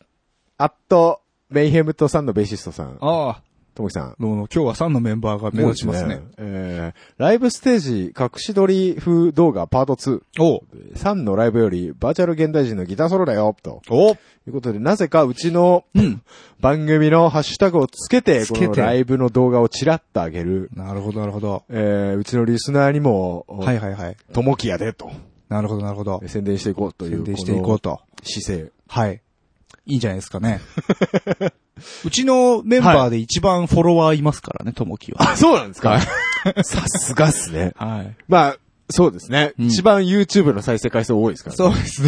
あっと、メイヘムトさんのベーシストさん。ああ。ともきさん。どうも、今日は3のメンバーが目立ちますね。すねえー、ライブステージ隠し撮り風動画パート2。お3のライブよりバーチャル現代人のギターソロだよ、と。おということで、なぜかうちの、うん、 番組のハッシュタグをつけて、このライブの動画をチラッと上げる。なるほど、なるほど。えー、うちのリスナーにも、はいはいはい。ともきやで、と。なるほど、なるほど。宣伝していこうという。宣伝していこうと。姿勢。はい。いいんじゃないですかね。 うちのメンバーで一番フォロワーいますからね、ともきは。あ、そうなんですか さすがっすね。はい。まあ、そうですね、うん。一番 YouTube の再生回数多いですから、ね、そうです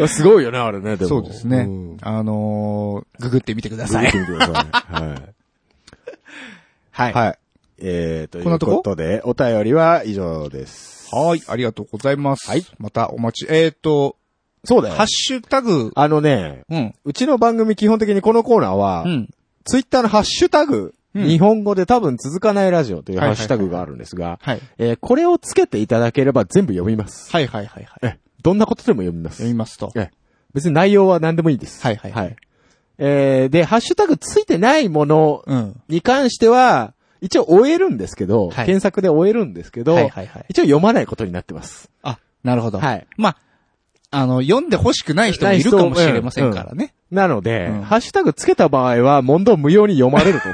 ね。すごいよね、あれね、でも。そうですね。うん、あのー、ググってみてください。ググってみてください。はい。はい。はい。えー、ということで、お便りは以上です。はい、ありがとうございます。はい。またお待ち、えっ、ー、と、そうだよ。ハッシュタグ。あのね、うん、うちの番組基本的にこのコーナーは、うん、ツイッターのハッシュタグうん、日本語で多分続かないラジオというハッシュタグがあるんですが、はいはいはいはい、えー、これをつけていただければ全部読みます。はいはいはいはい。どんなことでも読みます。読みますと。別に内容は何でもいいです。はいはいはい。えー、で、ハッシュタグついてないものに関しては、うん、一応終えるんですけど、はい、検索で終えるんですけど、はいはいはい、一応読まないことになってます。あ、なるほど。はい。まあ、あの、読んで欲しくない人もいるかもしれませんからね。うんうん、なので、うん、ハッシュタグつけた場合は、問答無用に読まれ ると。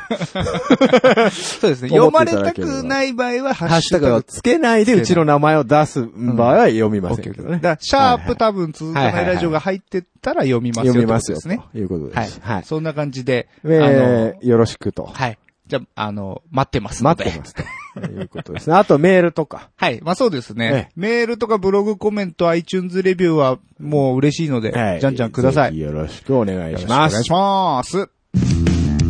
そうですね。読まれたくない場合は、ハッシュタグをつけないで、うちの名前を出す場合は読みませんけどね。だシャープ多分続かないラジオが入ってたら読みますよ、読みますよ。ですね。ということです。はい。はい、そんな感じで、えー、よろしくと。はい。じゃあ、あの、待ってます待ってますと。いうこと ですね。あとメールとか。はい。まあそうですね、ええ。メールとかブログコメント、iTunes レビューはもう嬉しいので、はい、じゃんじゃんください。よろしくお願いしまおす。願いします。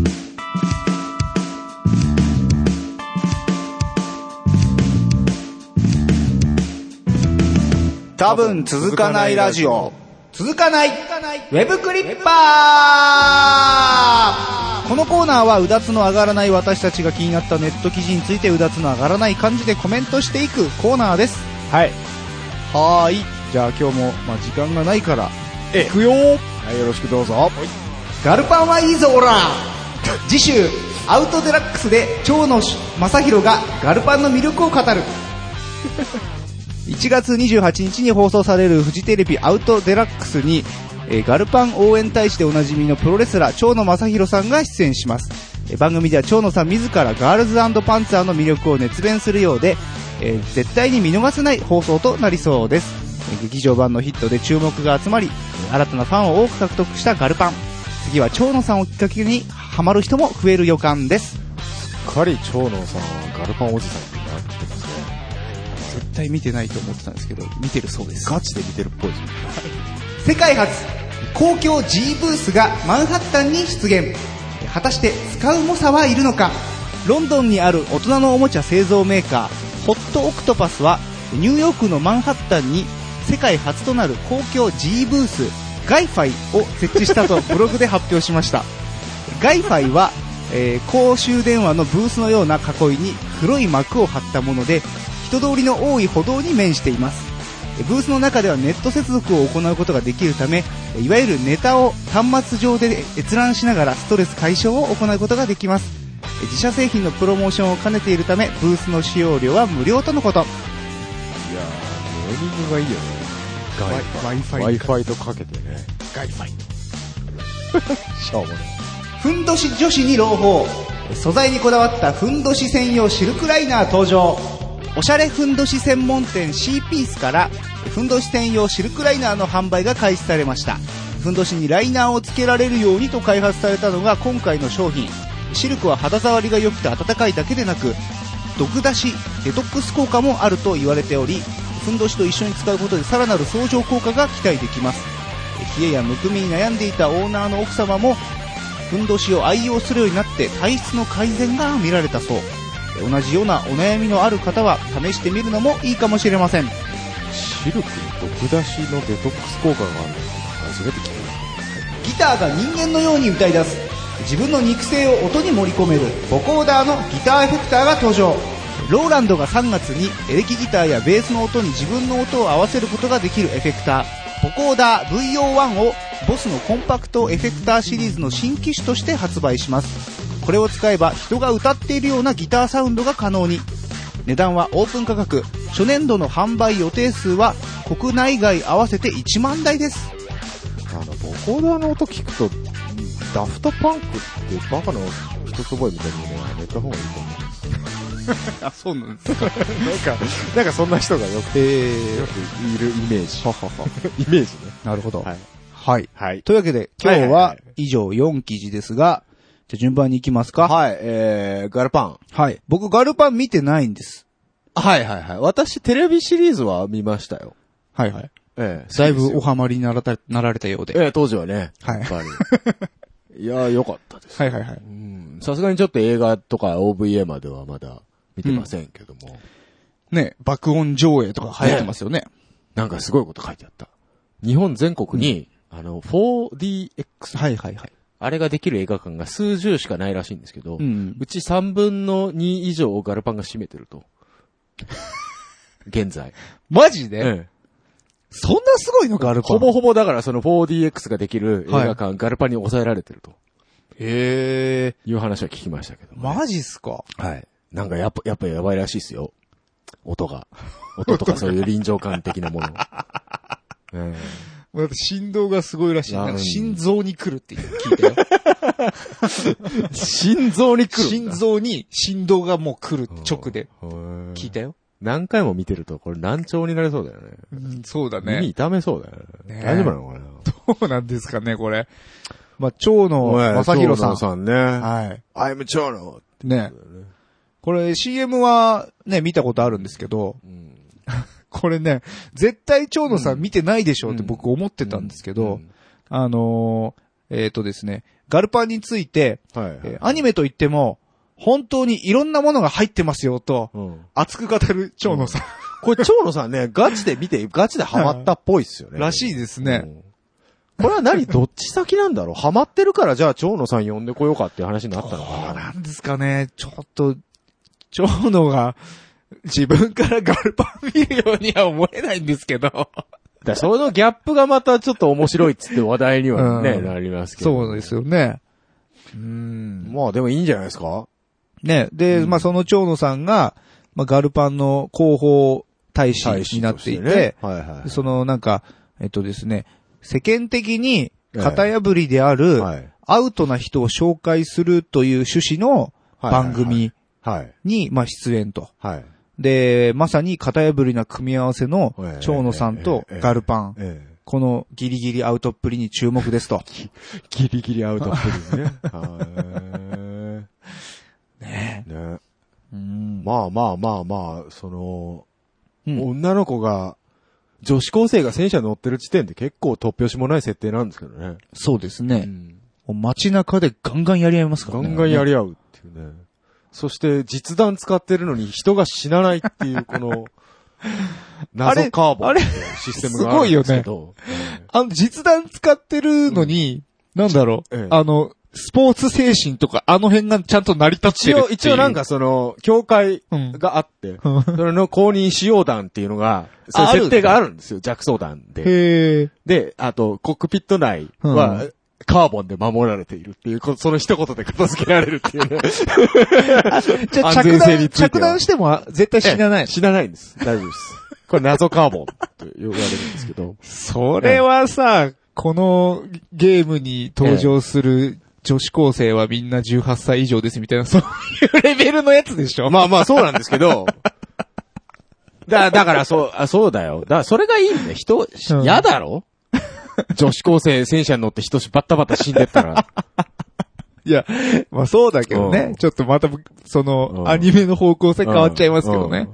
多分続かないラジオ。続かないウェブクリッパーこのコーナーはうだつの上がらない私たちが気になったネット記事についてうだつの上がらない感じでコメントしていくコーナーですはいはーいじゃあ今日も、まあ、時間がないからいくよはいよろしくどうぞ、はい、ガルパンはいいぞオラ次週アウトデラックスで蝶野正宏がガルパンの魅力を語る1月28日に放送されるフジテレビアウトデラックスにえー、ガルパン応援大使でおなじみのプロレスラー、蝶野正宏さんが出演します。えー、番組では蝶野さん自らガールズパンツァーの魅力を熱弁するようで、えー、絶対に見逃せない放送となりそうです。え劇場版のヒットで注目が集まり、新たなファンを多く獲得したガルパン。次は蝶野さんをきっかけにハマる人も増える予感です。すっかり蝶野さんはガルパンおじさんになってますね。絶対見てないと思ってたんですけど、見てるそうです。ガチで見てるっぽいですね。世界初公共 G ブースがマンハッタンに出現果たして使う猛者はいるのかロンドンにある大人のおもちゃ製造メーカーホットオクトパスはニューヨークのマンハッタンに世界初となる公共 G ブースガイファイを設置したとブログで発表しましたガイファイは、えー、公衆電話のブースのような囲いに黒い幕を張ったもので人通りの多い歩道に面していますブースの中ではネット接続を行うことができるため、いわゆるネタを端末上で閲覧しながらストレス解消を行うことができます。自社製品のプロモーションを兼ねているため、ブースの使用料は無料とのこと。いやー、ネーミングがいいよね。 Wi-Fi。 Wi-Fi とかけてね。 Wi-Fi。しょうもない。ふんどし女子に朗報。素材にこだわったふんどし専用シルクライナー登場。おしゃれふんどし専門店 C ピースからふんどし専用シルクライナーの販売が開始されましたふんどしにライナーをつけられるようにと開発されたのが今回の商品シルクは肌触りが良くて暖かいだけでなく毒出しデトックス効果もあると言われておりふんどしと一緒に使うことでさらなる相乗効果が期待できます冷えやむくみに悩んでいたオーナーの奥様もふんどしを愛用するようになって体質の改善が見られたそう同じようなお悩みのある方は試してみるのもいいかもしれませんシルク毒出しのデトックス効果があるの初めて聞いギターが人間のように歌い出す自分の肉声を音に盛り込めるボコーダーのギターエフェクターが登場ローランドが3月にエレキギターやベースの音に自分の音を合わせることができるエフェクターボコーダー VO1 をボスのコンパクトエフェクターシリーズの新機種として発売しますこれを使えば人が歌っているようなギターサウンドが可能に値段はオープン価格初年度の販売予定数は国内外合わせて1万台ですた。あの、ボコーダーの音聞くと、ダフトパンクってバカの一つ覚えみたいにね、やめた方がいいと思う。あそうなんですかなんか、なんかそんな人がよく、よくいるイメージ。 イメージね。なるほどはいはいはい。というわけで、今は日いはいはは以上4記事ですが、じゃあ順番に行きますか。はい、えー、ガルパン。はい。僕、ガルパン見てないんです。はいはいはい。私、テレビシリーズは見ましたよ。はいはい。ええだいぶおハマりにならたなられたようで。ええ当時はね。はいやっぱ り。いやー、よかったです。はいはいはい。うん。さすがにちょっと映画とか OVA まではまだ見てませんけども。ね、爆音上映とか流行ってますよね。なんかすごいこと書いてあった。日本全国に、あの、4DX。はいはいはい。あれができる映画館が数十しかないらしいんですけど、ううん。ち3分の2以上をガルパンが占めてると。現在。マジで、ええそんなすごいのガルパほンぼほぼだからその 4DX ができる映画館、ガルパンに抑えられてるとへえ。いう話は聞きましたけど、マジっすかはい。なんかやっぱ、やっぱやばいらしいですよ。音が。音とかそういう臨場感的なもの。 うんだって振動がすごいらしい。なんか心臓に来るって聞いたよ。 心臓に来るん心だ。臓に振動がもう来る直でうん聞いたよ。何回も見てると、これ難聴になりそうだよね。そうだ耳痛めそうだよね。ね大丈夫なのかなそうなんですかね、これ。まあ、蝶野正正宏さん。野さんね。はい。 I'm 蝶野。ね。これ CM はね、見たことあるんですけど、これね、絶対蝶野さん見てないでしょうって僕思ってたんですけど、あのーえっ、とですね、ガルパンについて、はいえーアニメといっても、本当にいろんなものが入ってますよと、うん。熱く語る蝶野さん、これ、蝶野さんね、 ガチで見て、ガチでハマったっぽいっすよね。らしいですね。これは何どっち先なんだろうハマってるから、じゃあ蝶蝶野さん呼んでこようかっていう話になったのかな。なんですかね、ちょっと、蝶野が、自分からガルパン見るようには思えないんですけど。だからそのギャップがまたちょっと面白いっつって話題にはね、うんなりますけど。そうですよね。うん。まあでもいいんじゃないですかね。で、まあその蝶野さんが、まあガルパンの広報大使になっていて、はいはそのなんか、えっとですね、世間的に型破りであい。る、はい。アウトな人を紹介するという趣旨の番組はい。に、まあ出演と。はい。で、まさに型破りな組み合わせのええ蝶野さんとええガルパン。ええ。このギリギリアウトっぷりに注目ですと。ギリギリアウトプリンね。はねい ね。うん。まあまあまあまあ、その、うん女の子が、女子高生が戦車乗ってる時点で結構突拍子もない設定なんですけどね。そうですね。ん。もう街中でガンガンやり合いますかガらね。ンガンやり合うっていうね。そして実弾使ってるのに人が死なないっていう この、謎カーボンっていうシステムがあるんですけど。あの、実弾使ってるのに、なんだろう、ええあの、スポーツ精神とか、あの辺がちゃんと成り立って一るっ応、ていう。一応なん、かその、教会うん。があって、それの公認使用団っていうのが、そういう設定があるんですよ。弱装弾で。へえ。で、あと、コックピット内は、うカーボンで守られているっていう、こその一言で片付けられるっていうね。じゃあ安着全性弾、については着弾してもあ絶対死なない。 死なないんです。大丈夫です。これ謎カーボンって呼ばれるんですけど。それはさ、このゲームに登場する女子高生はみんな18歳以上ですみたいな、そういうレベルのやつでし ょまあまあそうなんですけ ど、だ、だからそう、あそうだよ。だからそれがいいんだよ。人、ん嫌だろ女子高生戦車に乗って人バッタバタ死んでった ら。いや、まあそうだけどうねん。ちょっとまた、そうんの、アニメの方向性変わっちゃいますけどね。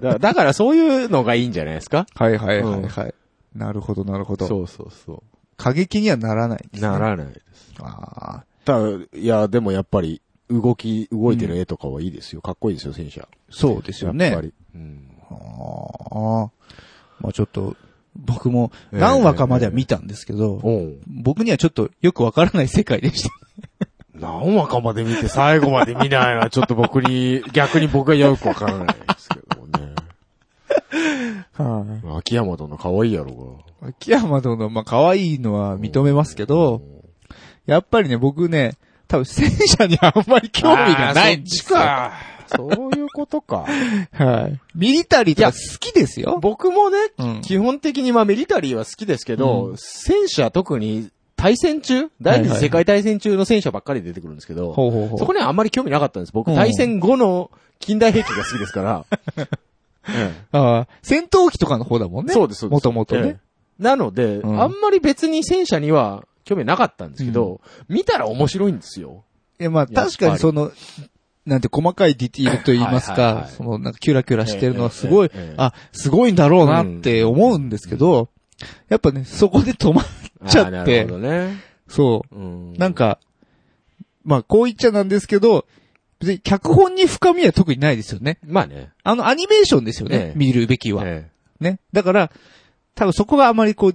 だだからそういうのがいいんじゃないですかはいはいはいはい。なるほどなるほど。そうそうそ過激にはならないんでう。すね。ならないです。ああ。ただ、いや、でもやっぱり、動き、動いてる絵とかはいいですよ。かっこいいですよ、戦車。そうですよね。やっぱり。うん。ああ。まあちょっと、僕もえ何話かまでは見たんですけど、おう僕にはちょっとよくわからない世界でした。何話かまで見て最後まで見ないのはちょ っと僕に、逆に僕がよくわからないですけどもね。は 秋山殿可愛いやろい。秋山殿、まあ、可愛いのはが。認めますけうど、ん、やっぱりね、僕ね、多分戦車にあんまり興味がないんですよ。あーそっちか。そういうこと か。はい。ミリタリーとか好きですよ。僕もね、うん基本的にまあミリタリーは好きですけど、う戦車特に対戦中第二はいは次い世界大戦中の戦車ばっかり出てくるんですけど、ほうほうほう。そこにはあんまり興味なかったんです。僕、対戦後の近代兵器が好きで すから。えああ、戦闘機とかの方だもんえね。そうです、そうです。もともとねえ。えなので、んあんまり別に戦車には興味なかったんですけど、見たら面白いんですよ。え、まあやっぱり確かにその、なんて細かいディティールと言いますはいはいかは、いそのなんかキュラキュラしてるのはすごいええええええ、あ、すごいんだろうなって思うんですけど、やっぱね、そこで止まっちあーゃなっるてほ、どね。そうう、ん。なんか、まあこう言っちゃなんですけど、別に脚本に深みは特にないですよね。まあね。あのアニメーションですよえねえ、見るべきは。えね。だから、多分そこがあまりこう、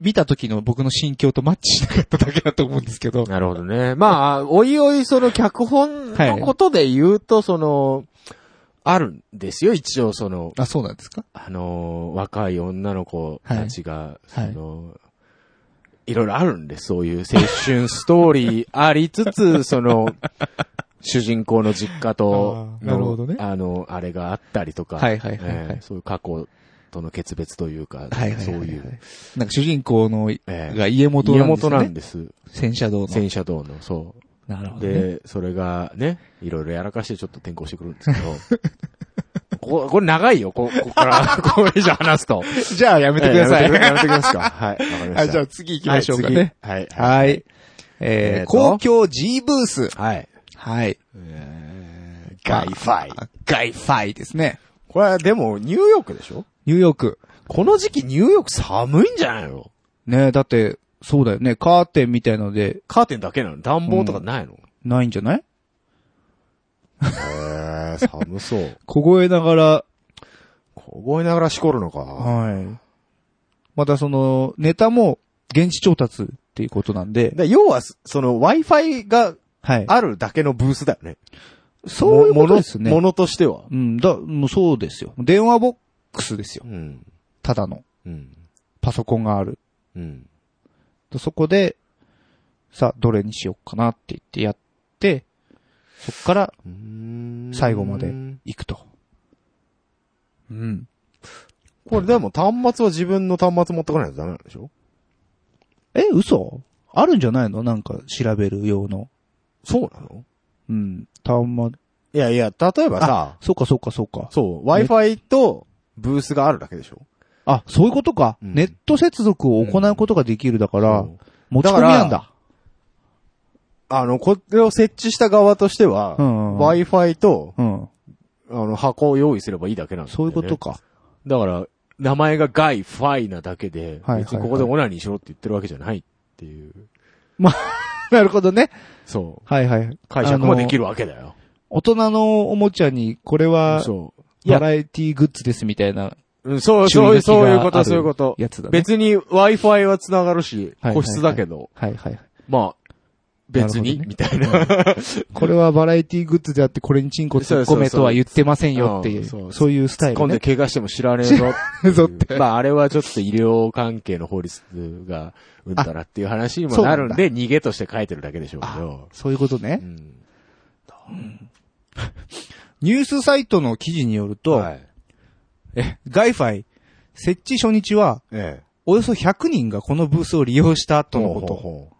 見た時の僕の心境とマッチしなかっただけだと思うんですけどえ。なるほどね。まあ、おいおいその脚本のことで言うと、その、あるんですよ、一応その、あ、そうなんですかあのー若い女の子たちが、はいはいその、い、ろいろあるんです。そういう青春スト ーリーありつつ、その、主人公の実家とあーの、なるほどねあの、あれがあったりとか、はいはいはいはいえーそういう過去との決別というか、はいはいはいはいそういう、なんか主人公の、えーが家元家なんですよ元ね。なんです。戦車道の。戦車道の、そう。なるほど、ね。で、それがね、いろいろやらかしてちょっと転校してくるんですけど、 ここれ長いよ、こ、ここから、これ以上話すと。じゃあやめてください。やめてやめてくださいか。はい、わかりまし た。あじゃあ次行きましょうかね。はい、次はい。はい。ええーー、と公共 G ブース。はい。はい。ガイファイ。ガイファイですね。これはでも、ニューヨークでしょニューヨーク。この時期ニューヨーク寒いんじゃないのねだって、そうだよね。カーテンみたいので、カーテンだけなの暖房とかないの、ないんじゃないへえ、寒そう。凍えながら、 凍えながらしこるのか。はい。またその、ネタも、現地調達っていうことなんで、で要は、その Wi-Fi がはい。あるだけのブースだよね。そういうことですもね。のとしては。うん、だ、もうそうですよ。電話ボックスですよう。ん。ただの。うん。パソコンがある。うん。でそこで、さあ、どれにしようかなって言ってやって、そっから最後まで行くと。うん。これでも端末は自分の端末持ってこないとダメなんでしょえ、嘘あるんじゃないのなんか調べる用の。そうなのうん。たんま、いやいや、例えばさ、そうかそうかそうか。そう、Wi-Fi とブースがあるだけでしょあ、そういうことか。うんネット接続を行うことができるだから、うん持ち込みなんだだ。あの、これを設置した側としては、うんうん Wi-Fi と、うん。あの、箱を用意すればいいだけなんだ、そういうこと。 か。だから、名前がガイ、ファイなだけで、はいはいはい別にここでオナニーしろって言ってるわけじゃないっていう、なるほどね。そう、はいはい。解釈もできる。るわけだよ。大人のおもちゃに、これは、そう。バラエティグッズですみたいなうんそう、注意そ書う、きがそういうこあと、るそういうこと。やつだね。別に Wi-Fi は繋がるし、はいはいはい個室だけど、はいはい。まあ、別に、なるほどねみたいな。これはバラエティグッズであって、これにチンコ突っ込めとは言ってませんよっていそうそうそうう、んそういうスタイル今度ね。怪我しても知らねえぞっていう。ぞって まあ、あれはちょっと医療関係の法律が、うんたらっていう話にもなるんで、逃げとして書いてるだけでしょうけど。そういうことねう。んニュースサイトの記事によると、はい。え、ガイファイ、設置初日は、ええ。およそ100人がこのブースを利用したとのこと。ほ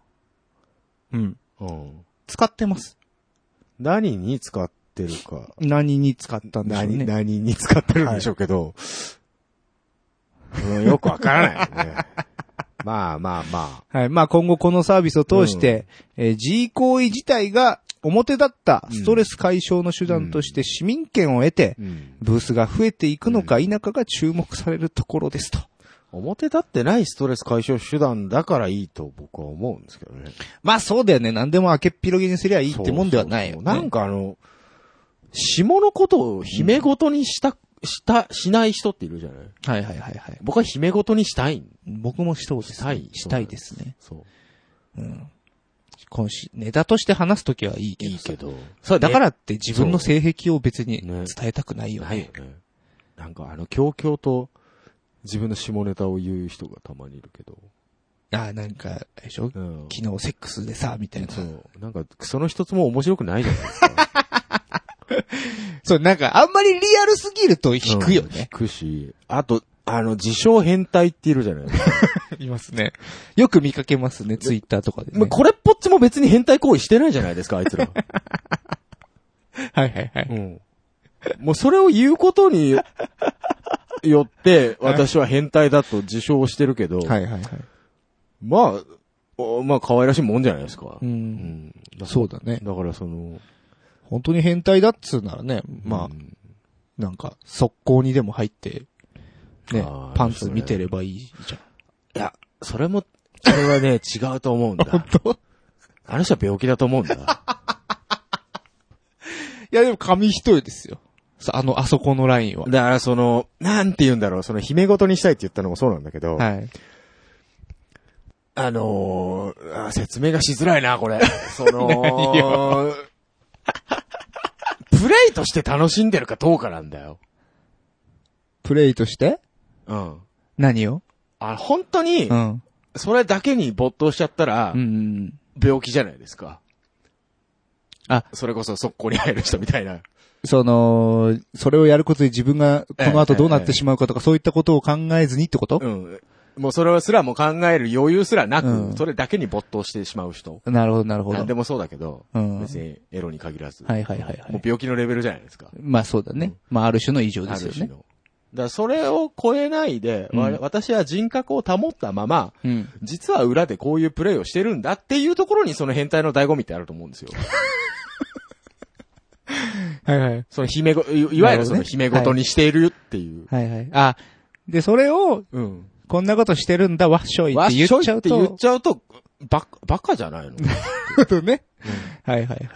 うん。うほううん。使ってます。何に使ってるか。何に使ったんでしょう何、ね。何に使ってるんでしょうけど、うんよくわからないよね。 まあまあまあ。はい。まあ今後このサービスを通して、えー G 行為自体が表だったストレス解消の手段として市民権を得て、うん。ブースが増えていくのか否かが注目されるところですと。表立ってないストレス解消手段だからいいと僕は思うんですけどね。まあそうだよね。何でも開けっ広げにすりゃいいってもんではないよね。なんかあの、下のことを姫ごとにした、した、しない人っているじゃないはいはいはいはい。僕は姫ごとにしたいん。僕もしたことです、したいしたいですね。そう。今週、ネタとして話すときはいいけどいいさけど。そう、だからって自分の性癖を別にね伝えたくないよないよね。ね。なんかあの、強々と自分の下ネタを言う人がたまにいるけど。ああ、なんか、あれでしょうん。昨日セックスでさ、みたいな。そう。なんか、その一つも面白くないじゃないですか。 そう、なんか、あんまりリアルすぎると引くよね。うん。引くし、あと、あの、自称変態っているじゃないですか。 いますね。よく見かけますね、ツイッターとかで、まねあ。これっぽっち も別に変態行為してないじゃないですか、あいつら。はいはいはい。 うん。もうそれを言うことによって、私 は変態だと自称してるけど、はいはいはい。まあ、おまあ可愛らしいもんじゃないですか。う。うんん。だそうだね。だからその、本当に変態だっつうならね、まうんあ、なんか、速攻にでも入って、ねあー、パンツ見てればいいじゃん。いや、それも、それはね、違うと 思うんだ。本当あの人は病気だと思うんだ。いやでも紙一重ですよ。さあの、あそこのラインは。だからその、なんて言うんだろう、その姫ごとにしたいって言ったのもそうなんだけど、はい。あのーあー説明がしづらいな、これ。そ の、プレイとして楽しんでるかどうかなんだよ。プレイとしてうん。何をあ、本当にう、ん。それだけに没頭しちゃったらう、ん。病気じゃないですか。あ、それこそ速攻に入る人みたいな。その、それをやることで自分がこの後どうなってしまうかとか、そういったことを考えずにってことうん。もうそれすらも考える余裕すらなく、うんそれだけに没頭してしまう人。なるほど、なるほなんでど。もそうだけど、うん別にエロに限らず、はいはいはいはもうい。病気のレベルじゃないですか。まあそうだね。まあある種の異常ですよある種ね。の。だからそれを超えないで、わうん私は人格を保ったまま、うん。実は裏でこういうプレイをしてるんだっていうところにその変態の醍醐味ってあると思うんですよ。はいはい。その姫ご、いいわゆるその姫ごとにしているっていう。はいはい。あ、で、それを、うん。こんなことしてるんだ、わっしょいっわってし言っょいちゃっうて言っと、ちゃうと、ばっ、バカじゃないのとね。はいはいはい。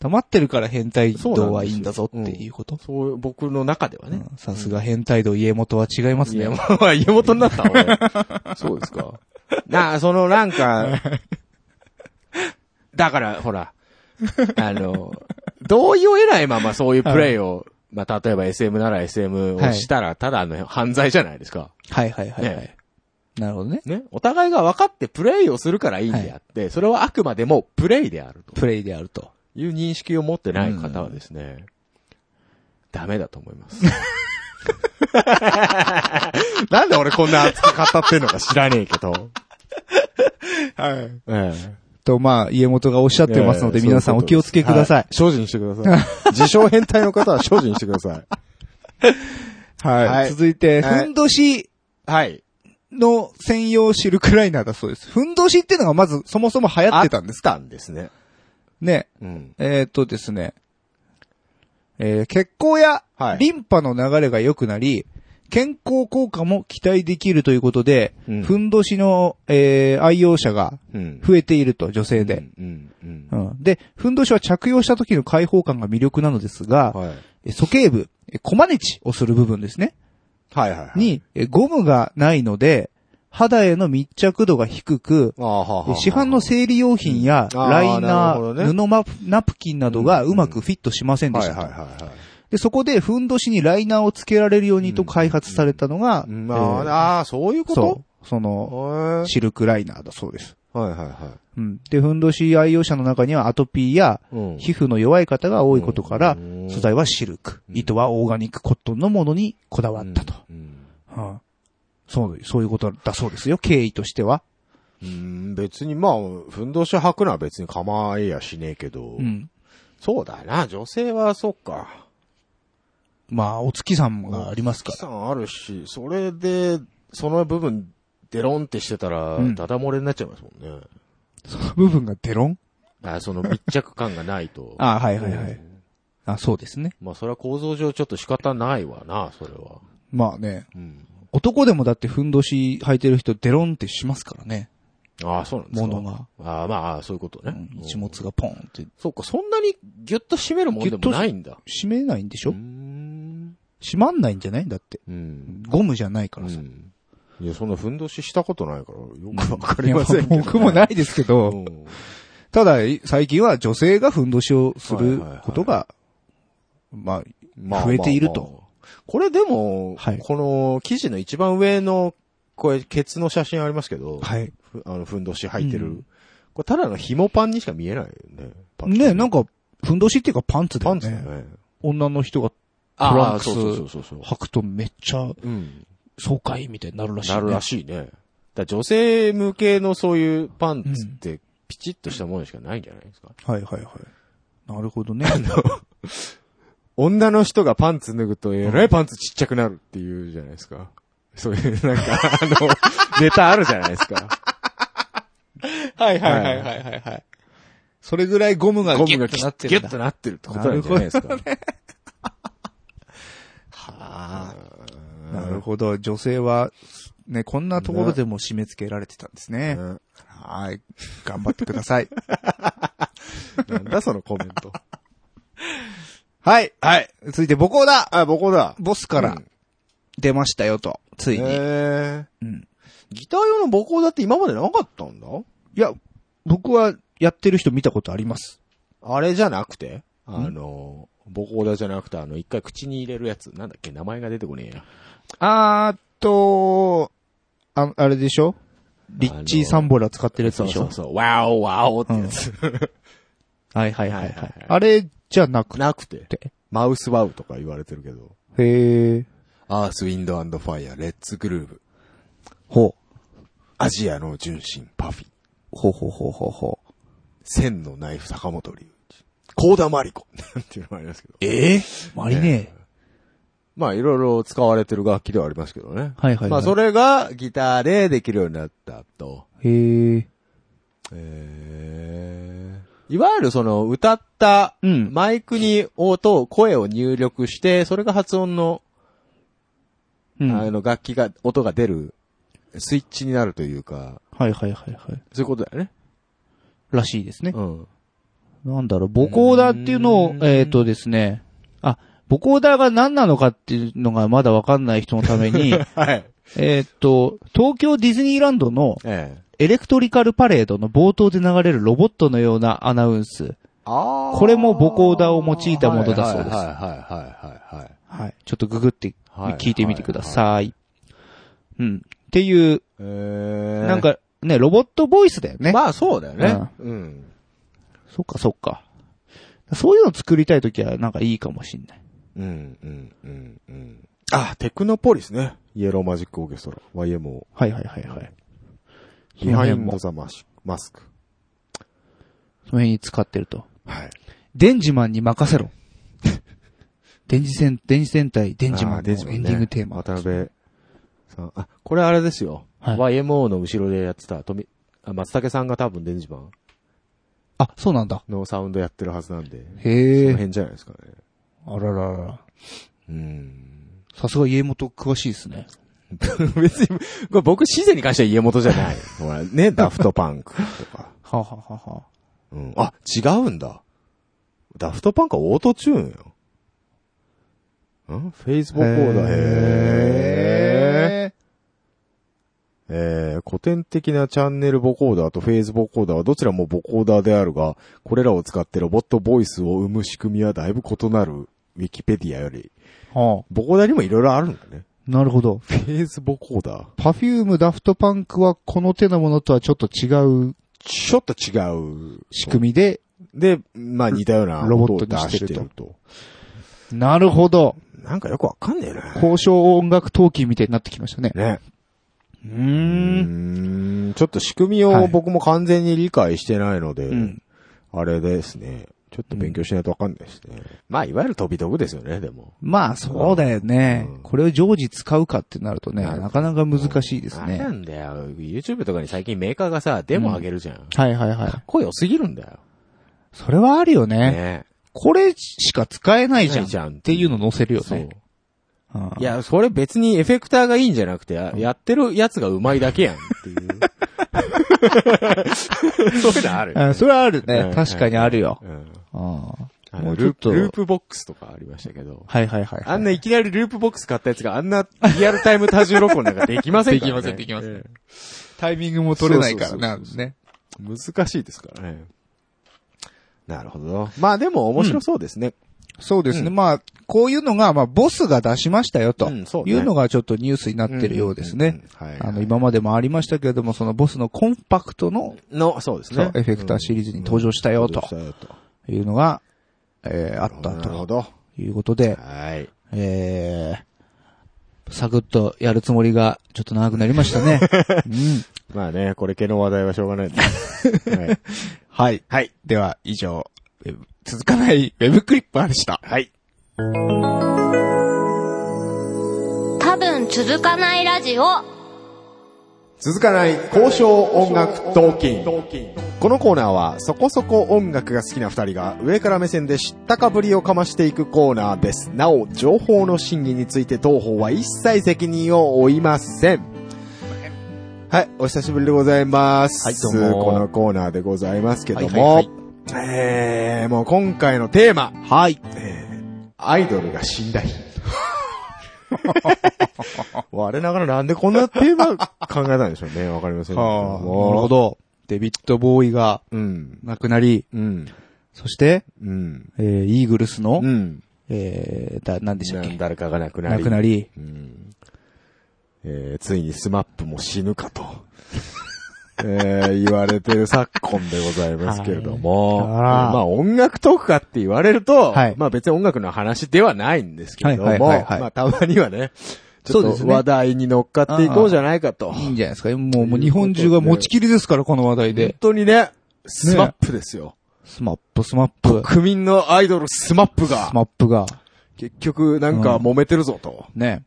溜まってるから変態道はいいんだぞっていうこと そういう、僕の中ではね。うんさすが変態道家元は違いますね家。元、家元になった俺。 そうですか。なあ、そのなんか、だから、ほら、あの、同意を得ないままそういうプレイを、まあ、例えば SM なら SM をしたら、ただの犯罪じゃないですか。はいはいはいはい。ねなるほどね。ね。お互いが分かってプレイをするからいいんであって、それはあくまでもプレイであるとプレイであると。いう認識を持ってない方はですね、ダメだと思います。 なんで俺こんな熱く語ってんのか知らねえけど。はい。ええと、まあ、家元がおっしゃってますので、いやいや皆さんお気をつけください。精進してください。 自称変態の方は精進してくださはい。はい続いて、はいふんどしい。はい。の専用シルクライナーだそうです。ふんどしっていうのがまずそもそも流行ってたんですたかんですね。ね。うん。えーっとですね。えー血行やはいリンパの流れが良くなり、健康効果も期待できるということで、うんふんどしの、えー愛用者がうん。増えていると、女性で。うん。うん。うんで、ふんどしは着用した時の開放感が魅力なのですが、はい。え鼠径部、えコマネチをする部分ですね。はいはい。、に、えゴムがないので、肌への密着度が低く、あーはーはーはー市販の生理用品やうんあーライなナるほどー、ね布マナプキンなどがうまくフィットしませんではいしはいたはいと。はい。で、そこでふんどしにライナーをつけられるようにと開発されたのが、うんえーあーあー、そういうこそう、そとの、はシルクライナーだそうです。いはいはうん。で、ふんどし愛用者の中にはアトピーやい。うん皮膚の弱い方が多いことから、素材はシルク、うん糸はオーガニックコットンのものにこだわったと。。うんはいそう、そういうことだそうですよ、経緯としては。うん、別にまあ、ふんどし履くのは別に構えやしねえけどう、ん。そうだな、女性はそっか。まあ、お月さんがありますか資産あるし、それで、その部分、デロンってしてたらう、んダダ漏れになっちゃいますもんね。ら。部分がデロンあその密着感がないと。 あはいはいはい。あそうですね。まあ、それは構造上ちょっと仕方ないわな、それは。まあね。うん。男でもだってふんどし履いてる人デロンってしますからね。ああ、そうなんですか。物が。ああ、まあああ、そういうことうねん。一物がポンって。そうか、そんなにギュッと締めるもんでもないんだ。閉めないんでしうーょん。閉まんないんじゃないだって。うん。ゴムじゃないかうらさ。ん。いや、そんなふんどししたことないから、よくわかりいまやせんけど、ね。僕もないですけど、うん。ただ、最近は女性がふんどしをすることが、まま増えているとまあまあこれでも、はいこの記事の一番上の、これ、ケツの写真ありますけど、あ、はい。ふあの、ふんどし履いてる。うこれ、ただの紐パンにしか見えないよね。パッとねなんか、ふんどしっていうかパンツだパよンね。ツだよね。女の人があトランクスあそうそうそうそうそ履くとめっちゃう。うん。爽快みたいになるらしい、ね。なるらしいね。だから女性向けのそういうパンツって、ピチッとしたものしかないんじゃないですか。はいはいはい。なるほどね。女の人がパンツ脱ぐと、えらいパンツちっちゃくなるっていうじゃないですか。そういう、なんか、あの、ネタあるじゃないですか。はいはいはいはいはいはい。それぐらいゴムがゴギムュッがと ギなってるんュッだ。となってるってことなんじゃないです か。はあなるほど。女性は、ね、こんなところでも締め付けられてたんですね。ねはい。頑張ってください。なんだそのコメント。はい。はい。続いて、母校だあ、母校だ。 ボスから、出ましたよと、ついに。へえうん。ギター用の母校だって今までなかったんだいや、僕はやってる人見たことあります。あれじゃなくてあの、母校だじゃなくて、あの、一回口に入れるやつ。なんだっけ名前が出てこねえや。あーっと、あ、あれでしょリッチーサンボラ使ってるやつそうでしそうょそう。ワオワオってやつ。はいはいはいははいはいい。あれじゃなくなくて。マウスワウとか言われてるけど。て。へー。アース、ウィンド、アンド、ファイア、レッツグルーブ。ほう。アジアの純真、パフィ。ほうほうほうほうほう。千のナイフ、坂本龍一。コーダマリコ。 なんていうのもありますけど。ええマリネ。まあ、いろいろ使われてる楽器ではありますけどね。はいはいはいまあ、それがギターでできるようになったと。へえ。えいわゆるその、歌った、うんマイクに音を、声を入力して、それが発音の、うん。はあいの、楽器が、音が出る、スイッチになるというか、はいはいはい。そういうことだよね。らしいですね。うん。なんだろう、ボコーダーっていうのうをー、んえっ、とですね、あ、ボコーダーが何なのかっていうのがまだわかんない人のため に、 はい。えっと、東京ディズニーランドのええ。エレクトリカルパレードの冒頭で流れるロボットのようなアナウンス。あこれもボコーダーを用いたものだそうですはいはいはいはいはいはい。ちょっとググってはい。聞いてみてください。うん。っていう、い。ええ。なん、かね、ロボットボイスだよね。まあそうだよね。うん。そっかそっか。そういうの作りたいときはなんかいいかもしんない。うん、うん、うん、うん。あ、テクノポリスね。イエローマジックオーケストラ。YMO。はいはいはいはい。ビハインドザマシマスク。その辺に使ってると。はい。電磁マンに任せろ。 電磁戦、電磁戦隊、電磁マンのエンディングテーマ。渡辺さん。あ、これあれですよ。はい YMO の後ろでやってた、富、あ松竹さんが多分電磁版あ、そうなんだ。のサウンドやってるはずなんで。へそのえ。辺じゃないですかね。あらららら。うん。 さすが家元詳しいですね。別に、これ僕、シゼに関しては家元じゃない。ほら、 ね、ダフトパンクとか。はあ、はあはあはあうん。あ、違うんだ。ダフトパンクはオートチューンよ。んフェイスボコーダー。へー。えー、古典的なチャンネルボコーダーとフェイズボコーダーはどちらもボコーダーであるが、これらを使ってロボットボイスを生む仕組みはだいぶ異なるウィキペディアより、はあ、ボコーダーにもいろいろあるんだね。なるほど。フェイズボコーダー。パフューム、ダフトパンクはこの手のものとはちょっと違うちょっと違う。仕組みで、で、まあ似たようなロボ音をット出にしてしるてとると。なるほど。なんかよくわかんねえな。交渉音楽闘技みたいになってきましたね。ね。うーうーん。ん。ちょっと仕組みはをい僕も完全に理解してないので、うんあれですね。ちょっと勉強しないとわかんないですね。まあ、いわゆる飛び道具ですよね、でも。まあ、そうだよね。うんこれを常時使うかってなるとね、なるほどなかなか難しいですあれなね。んだよ。YouTube とかに最近メーカーがさ、デモ上げるじゃん。かはいはいはい。っこよすぎるんだよ。それはあるよね。ねこれしか使えないじゃん。ないじゃんっていうの載せるよそねうう。。んいや、それ別にエフェクターがいいんじゃなくて、ややってるやつがうまいだけやんって いう。そういうのあるよね、うんそれはあるうねん。確かにあるよ。うんうんあものうちょルっープとループボックスとかありましたけど。はいはいはい。あんないきなりループボックス買ったやつがあんなリアルタイム多重録音なんかできませんからね。できませんえタイミングも取れないからな、ね。え難しいですからね。なるほど。まあでも面白そうですね。そうですね。うまあ、こういうのが、まあ、ボスが出しましたよと。うんそうねいうのがちょっとニュースになってるようですね。うんうんうんはいあの、今までもありましたけれども、そのボスのコンパクトの、の、そうですそうね。エフェクターシリーズに登場したよとそうですねいうのが、えー、あったなるとほど。いうことで、はい。えー、サクッとやるつもりがちょっと長くなりました ね。まあね、これ系の話題はしょうがないです。 はいはい。はい。では、以上、ウェブ続かないウェブクリッパーでした。はい。多分続かないラジオ続かない交渉音楽トーキンこのコーナーはそこそこ音楽が好きな二人が上から目線で知ったかぶりをかましていくコーナーですなお情報の真偽について当方は一切責任を負いませんはいお久しぶりでございますはいどうもこのコーナーでございますけども、えー、もう今回のテーマはい、えー、アイドルが死んだ日我ながらなんでこんなテーマ考えたんでしょう ね。わかりませんけどはあ、なるもほど。デビッド・ボーイがうん。亡くなり、うん。そして、うん。えー、イーグルスの、うん。えー、だ、なんでしたっけ誰かが亡くな亡り。くなり、うん。えー、ついにスマップも死ぬかと。 えー、言われてる昨今でございますけれども。はいあらまあ音楽トークかって言われると、はいまあ別に音楽の話ではないんですけれども、はいはいはいはいまあたまにはね、ちそょうっですとね話題に乗っかっていこうじゃないかと。いいんじゃないですか。もう、もう日本中が持ちきりですから、この話題本で。当にね、スマップですよ。スマップ、スマップ、国民のアイドルスマップがス、マップが、結局なんか揉めてるぞと。ね。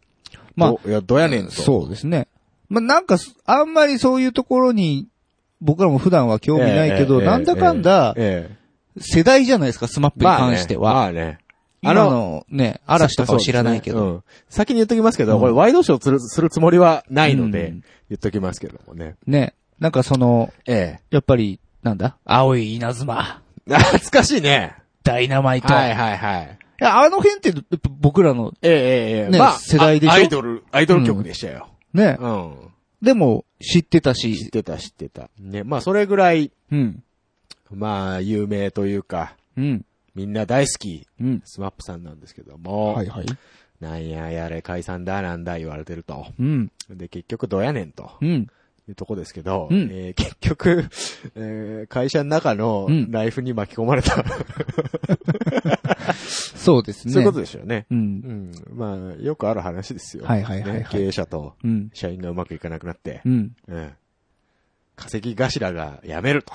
まあど、いや、どやねんと。そうですね。まあ、なんかす、あんまりそういうところに、僕らも普段は興味ないけど、ええなんだかんだ、ええ世代じゃないですか、スマップにまあね関しては。まあね。あの、ね、嵐とかは知らないけど。そうですねうん先に言っときますけど、うんこれワイドショーするするつもりはないので、うん言っときますけどもね。ね。なんかその、えやっぱり、なんだ青い稲妻、え。懐かしいね。ダイナマイト。はいいはいはい。や、あの辺って、やっぱ僕らの、ええええええ。ねまあ、世代でしょあアイドル、アイドル曲でしたよ。ね。うん。でも、知ってた知っし、てた知ってた。ね、まあそれぐらい、うん。まあ、有名というか、うん。みんな大好き、うん。スマップさんなんですけども、はいはい。なんややれ解散だなんだ言われてると。うん。で、結局どやねんと。うん。いうとこですけど、うんえー結局、 えー会社の中のうんライフに巻き込まれた、そうですね。そういうことですよね。うんう。ん。まあ、よくある話ですよ。はいはいはいはいね経営者とうん。社員がうまくいかなくなってう、ん。うん。稼ぎ頭が辞めると。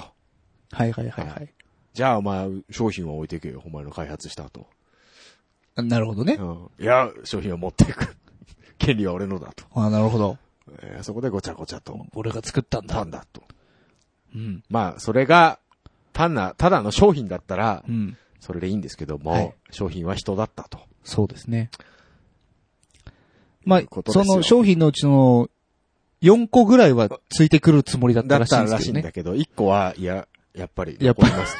はいはいはいは。はいじゃあお前、商品は置いていけよ。お前の開発した後。あなるほどねう。ん。いや、商品は持っていく。 権利は俺のだと。あなるほど。えーそこでごちゃごちゃと。俺が作ったんパだン。だと。うん。まあ、それが、単な、ただの商品だったらう、ん。それでいいんですけども、はい商品は人だったと。そうですね。まあというこ、とですそよの商品のうちの4個ぐらいはついてくるつもりだったらだっしいたんでらすしけいどんね。だけど、一個は、いや、やっぱり、やっ残ぱります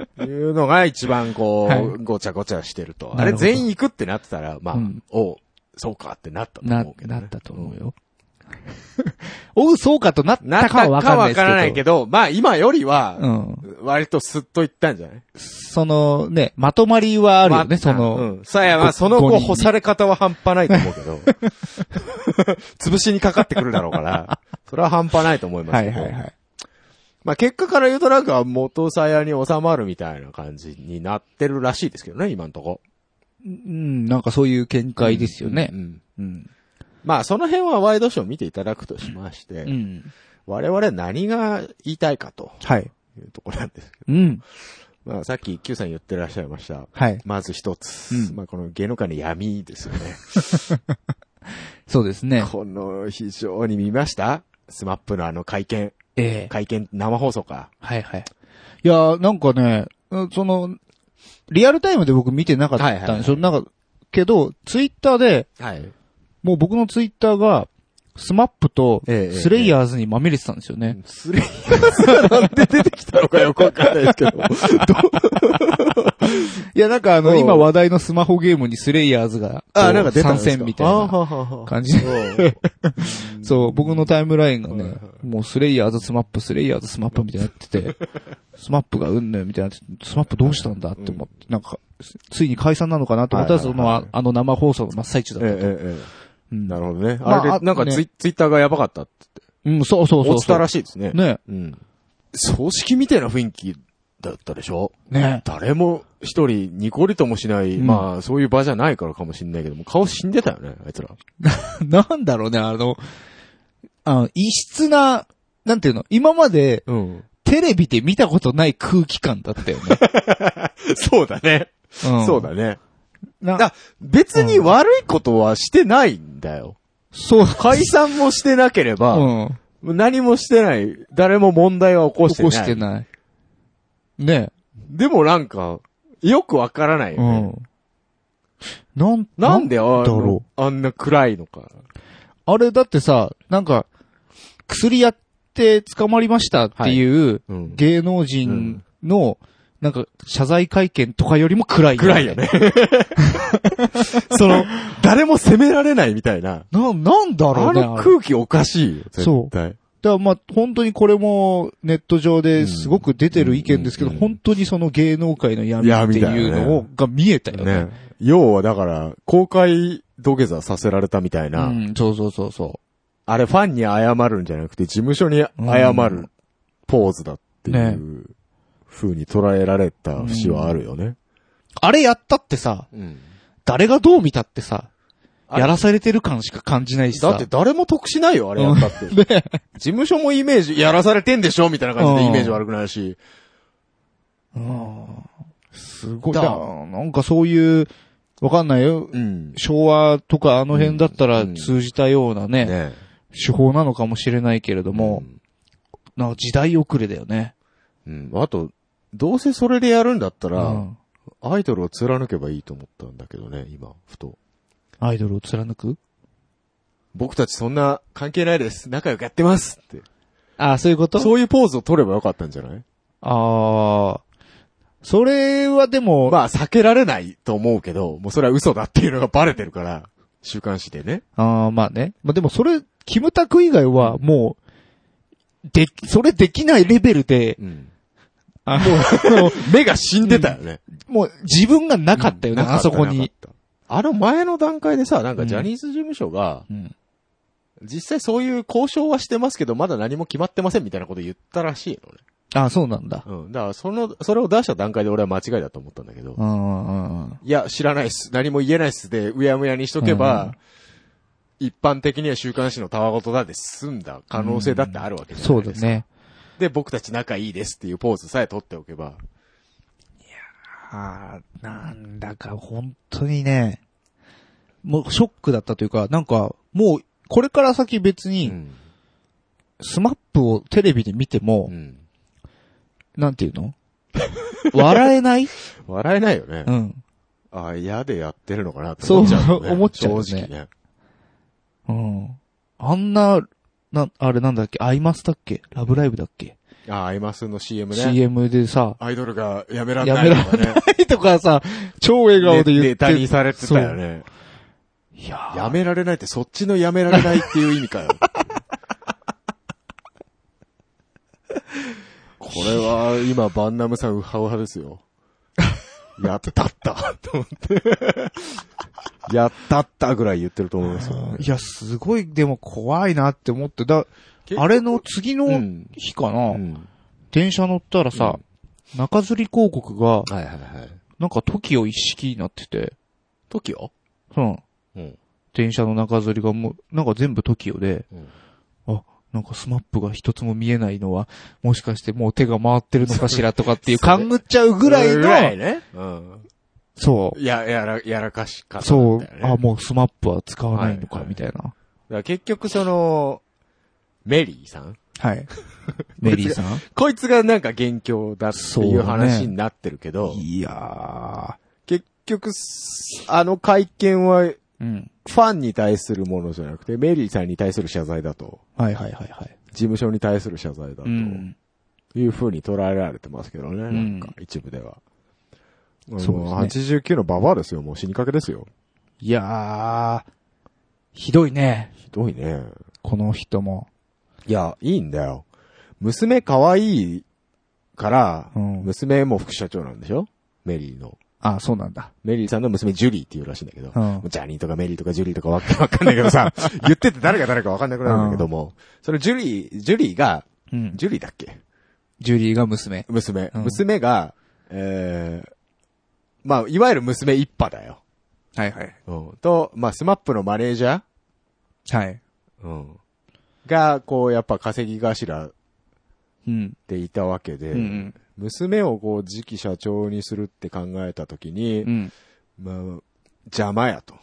と。いうのが一番こう、はいごちゃごちゃしてると。あなるれほど全員行くってなってたら、まあ、うんおうそうかってなったとな思う、けど、なね。ったと思うよ。 おう、そうかとなっなったたかかはわかんないわですけかど。らないけど、まあ今よりうは、ん。割とスッといったんじゃないそのね、まとまりはあるよまね、その、うん。さあいや、まあその五人後、に干され方は半端ないと思うけ ど、潰しにかかってくるだろうから、それは半端ないと思いますはけいど。はいはい。まあ結果から言うとなんか元さやに収まるみたいな感じになってるらしいですけどね、今のとこ。うん、なんかそういう見解ですよねう。ん。うん。まあその辺はワイドショー見ていただくとしまして、うん。我々何が言いたいかとはい。いうところなんですけど、 うん。まあさっき Q さん言ってらっしゃいました。はい。まず一つ、うんまあこの芸能界の闇ですよね。そうです ね。この非常に見ましたスマップのあの会見。ええ会見、生放送か。はいはい。いや、なんかね、うんその、リアルタイムで僕見てなかったんですよ。なんか、けど、ツイッターで、はい。もう僕のツイッターが、スマップとええスレイヤーズにまみれてたんですよね。スレイヤーズ がなんで出てきたのかよくわかんないですけど。いや、なんかあうの、ん今話題のスマホゲームにスレイヤーズが、こう参戦みたいあはなは は感じで。そう、僕のタイムラインがね、もうスレイヤーズスマップ、スレイヤーズスマップみたいになって て、スマップがうんぬんみたいになってて、スマップどうしたんだって思って、なんか、ついに解散なのかなと思ったら、その、ああの生放送の真っ最中だええった。ええ。なるほどね。まああれあで、なんかツイねツイッターがやばかったって。うん、そうそうそうそう。落ちたらしいですね。ね。うん。葬式みたいな雰囲気だったでしょね。誰も一人ニコリともしない、うんまあそういう場じゃないからかもしれないけども、顔死んでたよね、あいつら。なんだろうね、あの、あの、異質な、なんていうの、今までうん。テレビで見たことない空気感だったよ ね。 そうだね。うんそうだね。なだ別に悪いことはしてないんだよ。そう。解散もしてなければ、うん。何もしてない。誰も問題は起こして起なこい。してない。ねでもなんか、よくわからないえ。よね。うん。なん、なんであだのろあんな暗いのか。う。あれだってさ、なんか、薬やって捕まりましたっていううん芸能人の、なんか、謝罪会見とかよりも暗い。暗いよね。。 その、誰も責められないみたいな。な、なんだろあうね。のあれ空気おかしいよ、そう絶対。だからまあ、本当にこれもネット上ですごく出てる意見ですけど、うん本当にその芸能界の闇っていうのを、闇だよねが見えたよね。ね。要はだから、公開土下座させられたみたいうな。ん、そうそうそうそあれファンに謝るんじゃなくて、事務所に謝るポーズだっていう風に捉えられた節はあるよね。う。あれやったってさ、誰がどう見たってさ、やらされてる感しか感じないしさ。だって誰も得しないよ、あれやった って。事務所もイメージ、やらされてんでしょみたいな感じでうんイメージ悪くないし。すごい。だだからなんかそういう、わかんないよ。うん。昭和とかあの辺だったらうん通じたようなね、ね手法なのかもしれないけれども、なんか時代遅れだよね。うん。あと、どうせそれでやるんだったうら、んアイドルを貫けばいいと思ったんだけどね、今、ふと。アイドルを貫く僕たちそんな関係ないです。仲良くやってますって。ああ、そういうことそういうポーズを取ればよかったんじゃないああ。それはでも、まあ、避けられないと思うけど、もうそれは嘘だっていうのがバレてるから、週刊誌でね。ああ、まあね。まあでもそれ、キムタク以外はもう、でき、それできないレベルで、うん。あの、目が死んでたよね。もう自分がなかったよね、なかあったそこなかにっ。たあの前の段階でさ、なんかジャニーズ事務所が、うん実際そういう交渉はしてますけど、まだ何も決まってませんみたいなこと言ったらしいのね。ああ、そうなんだ。うん。だから、その、それを出した段階で俺は間違いだと思ったんだけど。うんうんうん。いや、知らないっす。何も言えないっすで、うやむやにしとけば、一般的には週刊誌のたわごとだで済んだ可能性だってあるわけじゃなそいうだですか。ね。で、僕たち仲いいですっていうポーズさえ取っておけば。ああ、なんだか本当にね、もうショックだったというか、なんか、もう、これから先別に、ん。スマップをテレビで見ても、うん。なんていうの笑えない笑えないよね。 うん。ああ、嫌でやってるのかなって思っちゃうよね、そう思っちゃうよね正直ね。うん。あんな、な、あれなんだっけアイマスだっけラブライブだっけ、ああ、アイマスの CM ね。 ?CM でさ、アイドルがやめらんないとかね。 とかさ、超笑顔で言って。ネタにされてたよね。いやーやめられないってそっちのやめられないっていう意味かよ。 これは今バンナムさんウハウハです よ。やったったと思って。やったったぐらい言ってると思いますよ、いや、すごい、でも怖いなって思って、だ、あれの次のうん日かな、うん電車乗ったらさ、中吊り広告が、はいはいはい。なんか TOKIO 一式になってて、トキオうん。うん電車の中吊りがもう、なんか全部 TOKIO で、うんあ、なんかスマップが一つも見えないのは、もしかしてもう手が回ってるのかしらとかっていう、勘ぐっちゃうぐらいぐらいの、ね。うん。そや、やら、やらかしかう、ったそんうだよ、ね。あ、もうスマップは使わないのかはい、はいみたいな。だから結局その、メリーさんはい。メリー さんこいつがなんか元凶だっていう話になってるけど、いや結局、あの会見は、フー。うん。ァンに対するものじゃなくて、メリーさんに対する謝罪だと、はいはいはいはい。事務所に対する謝罪だと、うん。いう風に捉えられてますけどね、なんか、一部では。そうもです89のババアですよ、もう死にかけですよ。いやー、ひどいね。ひどいね。この人も。いや、いいんだよ。娘可愛いから、うん娘も副社長なんでしょメリーの。あ、そうなんだ。メリーさんの娘ジュリーっていうらしいんだけど、うんもうジャニーとかメリーとかジュリーとか わけわかんないけどさ、言ってて誰が誰かわかんなくなるんだけども、それジュリー、ジュリーが、うん。ジュリーだっけジュリーが娘。娘、うん娘が、えー、まあ、いわゆる娘一派だよ。はいはい。うんと、まあ、スマップのマネージャーはい。うんが、こう、やっぱ稼ぎ頭うん。でいたわけで、うん娘をこう、次期社長にするって考えたときに、うん。うん。まあ、邪魔やと。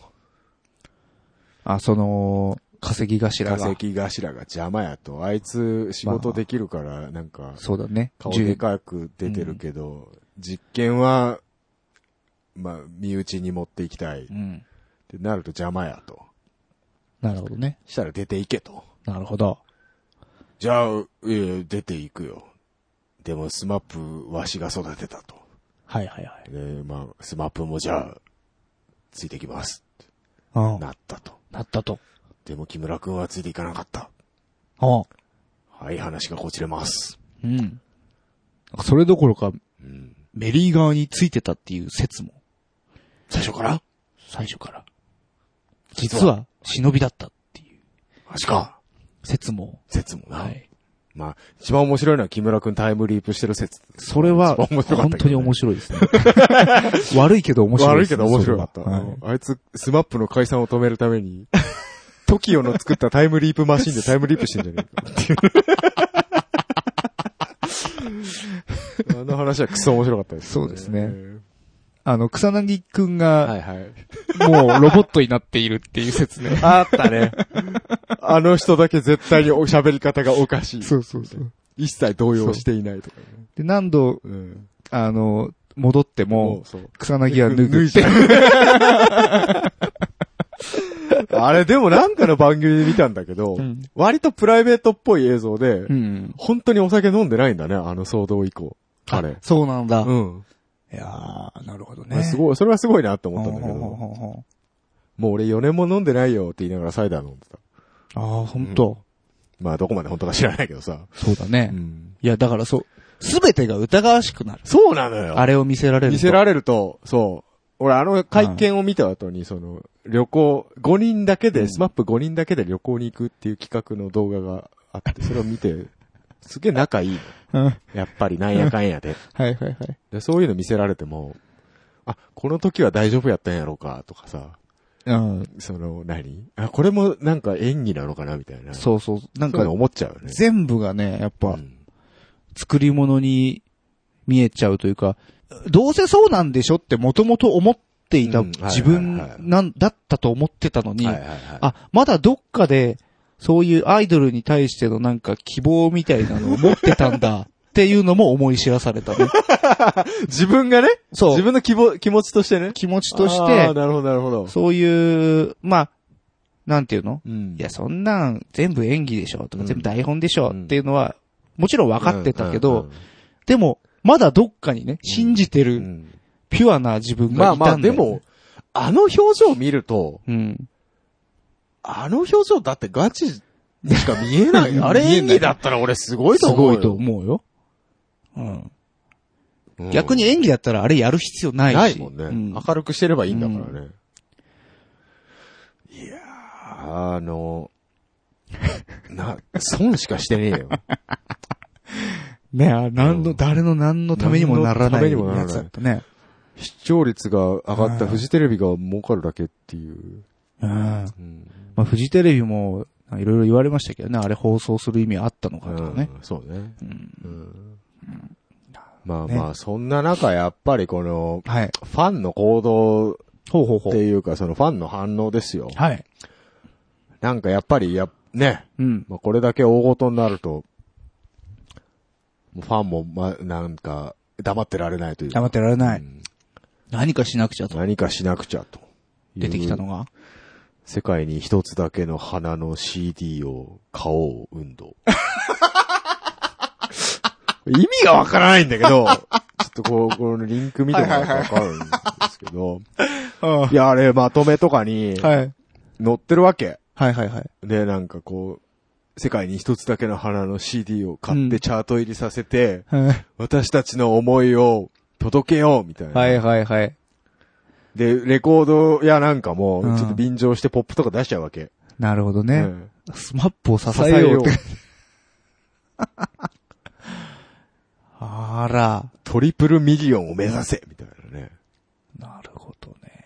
あ、その、稼ぎ頭が。稼ぎ頭が邪魔やと。あいつ、仕事できるから、なんか、そうだね。顔ジュリでーかく出てるけど、実験は、まあ、身内に持っていきたい。っうん。てなると邪魔やと。なるほどね。したら出ていけと。なるほど。じゃあ、いやいや出ていくよ。でも、スマップ、わしが育てたと。はいはいはい。で、まあ、スマップもじゃあ、ついてきます。うん。なったと。なったと。でも、木村くんはついていかなかった。あはい、話がこちれます。うん。それどころか、うん。メリー側についてたっていう説も、最初から最初から。実は実は、忍びだったっていうわしか。説も。説もな。はい。まあ、一番面白いのは木村くんタイムリープしてる説。それは、面白か本ったけどね当に面白いですね。 悪いけど面白い悪でいすけね、ど面白かった。それははいあいつ、スマップの解散を止めるために、トキオの作ったタイムリープマシンでタイムリープしてんじゃねえ か。あの話はクソ面白かったです、そうですね。あの、草薙くんはが、いはい。もうロボットになっているっていう説ね。あったね。あの人だけ絶対にお喋り方がおかし い。そうそうそう。一切動揺していないとかね。で、何度、うん。あの、戻っても、そう。草薙は脱ぐって。あれ、でもなんかの番組で見たんだけど、ん割とプライベートっぽい映像で、 うん。本当にお酒飲んでないんだね、あの騒動以降。彼。そうなんだ。うん。いやー、なるほどあね。すごい、それはすごいなって思ったんだけど、ほうほうもほうほう俺4年も飲んでないよって言いながらサイダー飲んでた。うあー、ほんと。まあどこまで本当か知らないけどさ。そうだね。ん。いや、だからそう、すべてが疑わしくなる。そうなのよ。あれを見せられると。見せられると、そう。俺あの会見を見た後に、その、旅行、5人だけで、スマップ5人だけで旅行に行くっていう企画の動画があって、それを見て、すげえ仲いいの。やっぱりなんやかんやで。はいはいはい。でそういうの見せられても、あ、この時は大丈夫やったんやろうか、とかさ。うん。その、何あ、これもなんか演技なのかなみたいな。そうそう。なんそういかうの、思っちゃうよね。全部がね、やっぱう、ん作り物に見えちゃうというか、どうせそうなんでしょってもともと思っていたうんはいはいはい自分なんだったと思ってたのにはい、はいはい。あ、まだどっかで、そういうアイドルに対してのなんか希望みたいなのを持ってたん だっていうのも思い知らされたね。自分がね、そ自う。分の希望、気持ちとしてね。気持ちとしあーて、なるほど、なるほど。そういう、まあ、なんていうのうんいや、そんなん全部演技でしょとか、うん全部台本でしょっていうのは、もちろん分かってたけど、うん、でも、まだどっかにね、信じてうんうる、んピュアな自分まがあいまたあ、んだでよねも、、あの表情を見ると、うん。あの表情だってガチにしか見え ない。あれ演技だったら俺すごいすと思うごよ。いと思うよ。うん。うん逆に演技だったらあれやる必要ないし。ないもんね、うん明るくしてればいいんだからね。いやー、あの、な、損しかしてね えよ。ねあ何うの、ん誰の何のためにもならない何のためにもならやないつだったね。視聴率が上がったうんフジテレビが儲かるだけっていう。うん。まうんあ、フジテレビも、いろいろ言われましたけどね、あれ放送する意味あったのかとかね。うんそうね。うん。うんまあねまあ、そんな中、やっぱりこの、はい。ファンの行動っほうほうほてう。いうか、そのファンの反応ですよ。はい。なんかやっぱり、や、ね、うん。まあ、これだけ大事になると、もうファンも、ま、なんか、黙ってられないというか。黙ってられない。うん何かしなくちゃと。何かしなくちゃと。出てきたのが。世界に一つだけの花の CD を買おう運動。意味がわからないんだけど、ちょっとこう、このリンク見てもらうとわかるんですけど、いや、あれ、まとめとかに、はい。載ってるわけ。はいはいはい。で、なんかこう、世界に一つだけの花の CD を買っうんてチャート入りさせて、 はい私たちの思いを届けようみたいな。はいはいはい。で、レコードやなんかもうん、ちょっと便乗してポップとか出しちゃうわけ。なるほどうね。んスマップを支えようって。あら。トリプルミリオンを目指せみたいなね。なるほどね。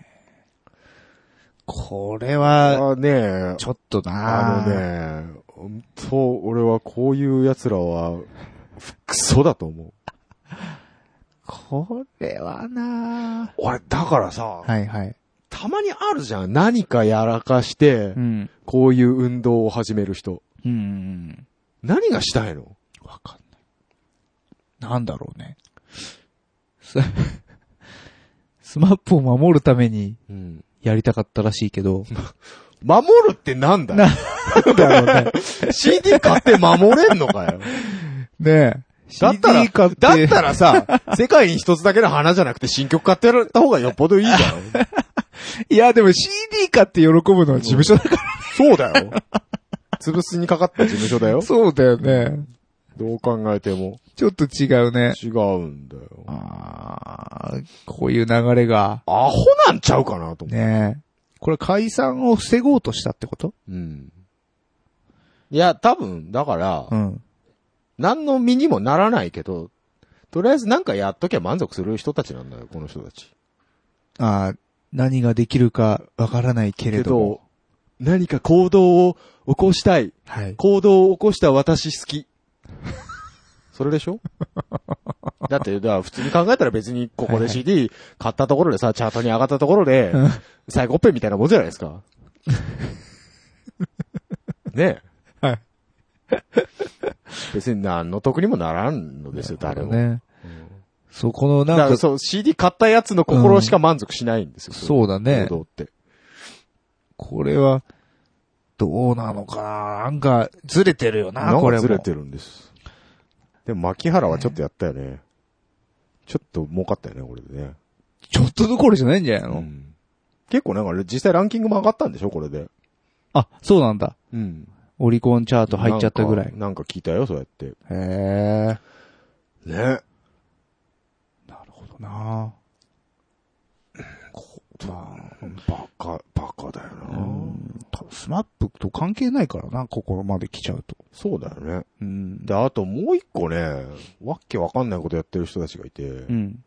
これは、あねちょっとあなのね、本当俺はこういう奴らは、クソだと思う。これはな俺、だからさ、はいはい。たまにあるじゃん。何かやらかしてう、ん。こういう運動を始める人。うん。何がしたいのわかんない。なんだろうね。ス スマップを守るためにうん。やりたかったらしいけど。守るってなんだよ。 なんだろうね。 CD 買って守れんのか よ。ねえ。だったら CD 買って、だったらさ、 世界に一つだけの花じゃなくて新曲買ってやられた方がよっぽどいいじゃん。いやでも CD 買って喜ぶのは 事務所だか そうだよ。潰すにかかった事務所だよら。。そうだよね。どう考えても。ちょっと違うね。違うんだよ。あーこういう流れが。アホなんちゃうかなと思う。ねえ。これ解散を防ごうとしたってことうん。いや、多分、だから、うん。何の身にもならないけど、とりあえずなんかやっときゃ満足する人たちなんだよ、この人たち。あー何ができるかわからないけれけども。ど、何か行動を起こしたい。はい。行動を起こした私好 き。それでしょだって、だから普通に考えたら別にここで CD 買ったところでさ、チャートに上がったところ で、最後っぺみたいなもんじゃないです か。ねえ。はい。別に何の得にもならんのですよ、誰も。ね。そこのだなか、んからそう、CD 買ったやつの心しか満足しないんですよ。そうだね行動って。これは、どうなのかななんか、ずれてるよな、なんこかれも。ずれてるんです。でも、牧原はちょっとやったよね。ちょっと儲かったよね、これでね。ちょっとどころじゃないんじゃないの、うん結構なんか、実際ランキングも上がったんでしょ、これで。あ、そうなんだ。うん。オリコンチャート入っちゃったぐらなんいか。なんか聞いたよ、そうやって。へえ。ね。なバカ、バカだよな、あスマップと関係ないからな、ここまで来ちゃうと。そうだよね。うん。で、あともう一個ね、わっけわかんないことやってる人たちがいて、うん。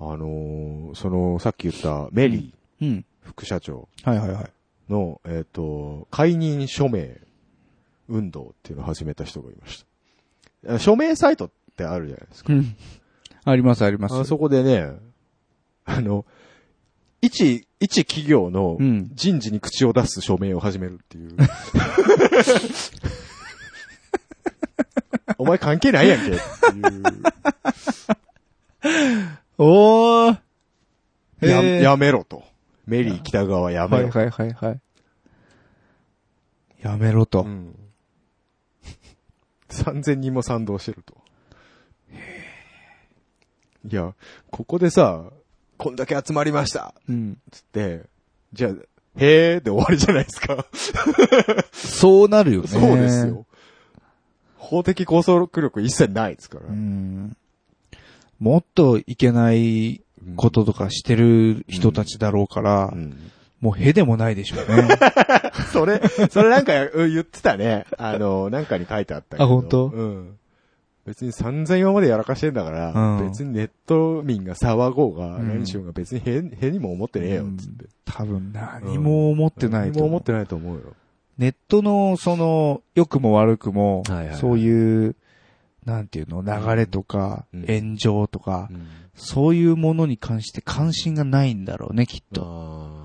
あのーその、さっき言ったメリーうん。副社長はいはいはい。の、えっ、と、解任署名運動っていうのを始めた人がいました。あ署名サイトってあるじゃないですか。うん。ありますあります。あそこでね、あの、一、一企業のうん人事に口を出す署名を始めるっていう。 お前関係ないやんけっていう。おーやへーやめろと。メリー北川やめはろ。いはいはいはい。やめろと。 うん。3000人も賛同してると。いや、ここでさ、こんだけ集まりましたうん。つって、じゃあ、へーで終わりじゃないですか。そうなるよね。そうです。よ。法的拘束力一切ないですから。うん。もっといけないこととかしてる人たちだろうから、うんもうへでもないでしょうね。 それ、それなんかうん言ってたね。あの、なんかに書いてあったけど。あ本当うん。別に散々今までやらかしてんだから、うん別にネット民が騒ごうが、うん何しようが別にへ、へにも思ってねえよ、つって。多分何も思ってない何とも思思うってないと思うよ。ネットの、その、良くも悪くも、はいはいはいそういう、なんていうの、流れとか、うん炎上とか、うん、そういうものに関して関心がないんだろうね、きっと。あ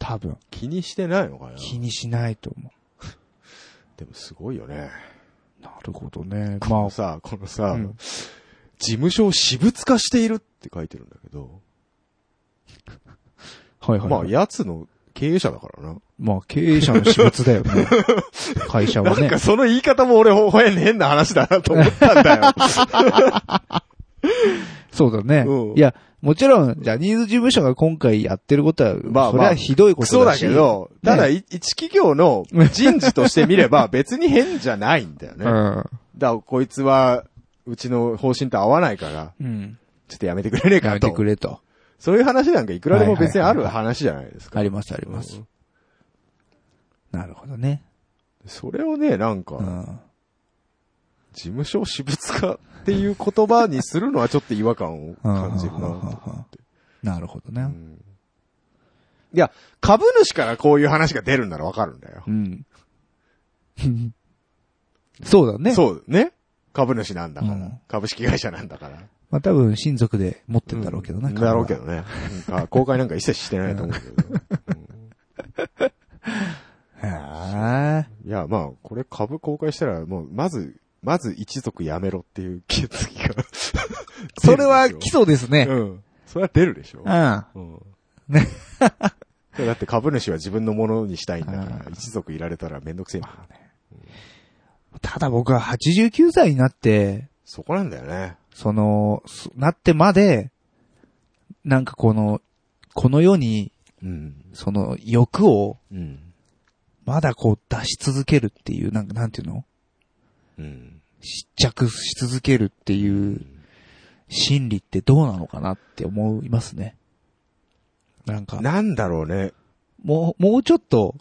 多分。ー気にしてないのかな気にしないと思でもすごいよね。う。なるるほどね。こまのあ、さ、このさ、うん事務所を私物化しているって書いてるんだけど、はいはい。まあ、奴の経営者だからな。まあ、経営者の私物だ よね。会社はなんねか。その言い方も俺ほ、ほ変変な話だなと思ったんだよ。そうだねう。んいや、もちろん、ジャニーズ事務所が今回やってることは、まあまあそれはひどいこクとソだだし。けど、ただねい、一企業の人事として見れば 別に変じゃないんだよね。だかうら、こいつは、うちの方針と合わないから、ん。うん。ちょっとやめてくれねえやかめてと。くれと。そういう話なんかいくらでも別にあるはいは話じゃないですか。ありますあります。なるほどね。それをね、なんか、うん。事務所私物化っていう言葉にするのはちょっと違和感を感じるなと思って。なるほどうね。んいや、株主からこういう話が出るんならわかるんだよう。ん。 そうだね。そうね。株主なんだから。うん株式会社なんだから。まあ多分親族で持ってんだろうけどな。だろうけどね。なんか公開なんか一切してないと思うけど。へー。いや、まあ、これ株公開したら、もう、まず、まず一族やめろっていう決議が それは基き礎ですね。うん。それは出るでしょう。ん。うん。ねだって株主は自分のものにしたいんだかあら、一族いられたらめんどくせえんだよね。ただ僕は89歳になって、そこなんだよね。その、そなってまで、なんかこの、この世に、うん。その欲を、うん。まだこう出し続けるっていう、なんか、なんていうのうん。失着し続けるっていう心理ってどうなのかなって思いますね。なんか、なんだろうね。もう、もうちょっと、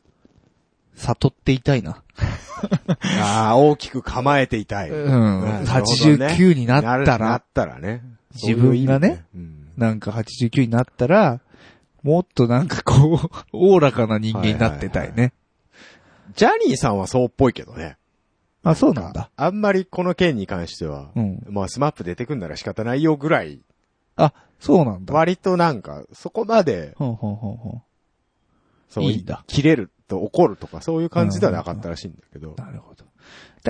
悟っていたいな。ああ、大きく構えていたい。うん。なるほどね89になったならっ、たらね。自分がね、うん。なんか89になったら、もっとなんかこう、 おおらかな人間になってたいはいはいね。ジャニーさんはそうっぽいけどね。あ、そうなんだ。あんまりこの件に関しては、うん。まあスマップ出てくんなら仕方ないよぐらい、あ、そうなんだ。割となんか、そこまで、ほんほんほんほん。そう、いいんだ切れると怒るとかそういう感じではなかったらしいんだけど。なるほど。だか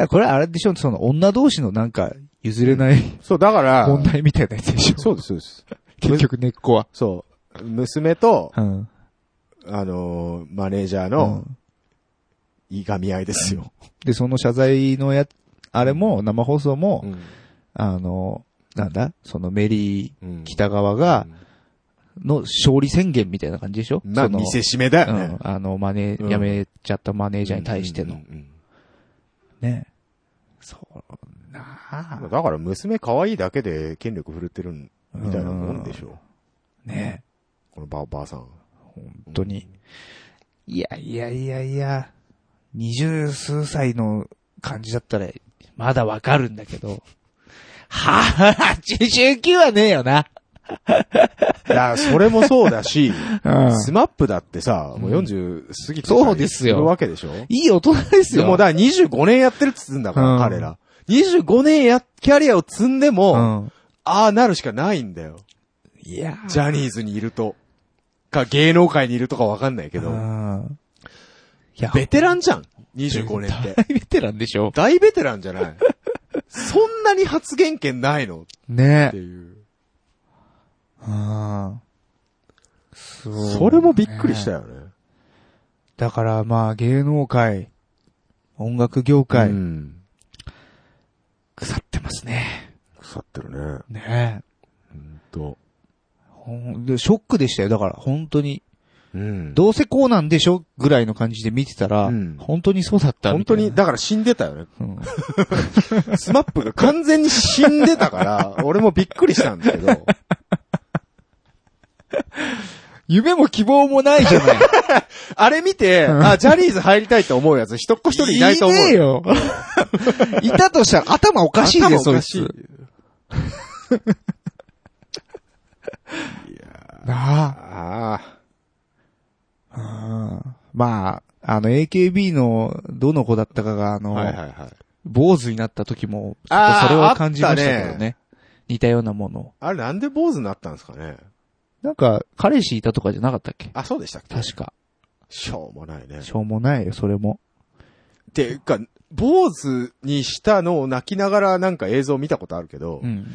らこれあれでしょ、その女同士のなんか譲れないそう、だから、問題みたいなやつでしょ。そうです、そうです。結局根っこは。そう、娘と、うん。あのーマネージャーの、いがみ合いですよ。で、その謝罪のや、あれも、生放送も、うん。あの、なんだそのメリうーん北川が、の勝利宣言みたいな感じでしょまあ、その見せしめだうよね。ん。あの、マネ、うん辞めちゃったマネージャーに対してのうん。うんね。そうなあうん。だから娘可愛いだけで権力振るってるんみたいなもんでしょ。ねこのば、ばあさん。本当に。いやいやいやいや、二十数歳の感じだったら、まだわかるんだけど。はぁ、89はねえよな。だからそれもそう だし、スマップだってさ、もううん40過ぎてそうですよいるわけでしょいい大人ですでよ。もだから25年やってるっつうんだから、うん彼ら。25年や、キャリアを積んでも、うん。ああなるしかないんだよ。いやジャニーズにいると。か、芸能界にいるとかわかんないけうど。ん。いや、ベテランじゃん !25 年って。ベテランでしょ。大ベテランじゃないそんなに発言権ないのっねてえ。いう。うん。そそれもびっくりしたよね。だからまあ芸能界、音楽業界、うん。腐ってますね。腐ってるね。ねえ。うんと。ほんでショックでしたよ。だから本当に。うんどうせこうなんでしょぐらいの感じで見てたら、うん本当にそうだった本みた当いなに、だから死んでたよね。うんスマップが完全に死んで たから、俺もびっくりしたんだけど。夢も希望もないじゃない。 あれ見て、あ、ジャニーズ入りたいって思うやつ、一っ子一人いないと思う。ねえよ。いたとしたら頭おかしいで、頭おそいかしいつ。 なああ。うんまあ、あの AKB のどの子だったかが、ああ。の、はいはいはい。坊主になった時も、ちょっあとそーれを感じましたけあどったね。似たようなものを。あれなんで坊主になったんですかねなんか、彼氏いたとかじゃなかったっけあ、そうでしたっけ確か。しょうもないね。しょうもないよ、それも。ていうか、坊主にしたのを泣きながらなんか映像見たことあるけど、うん。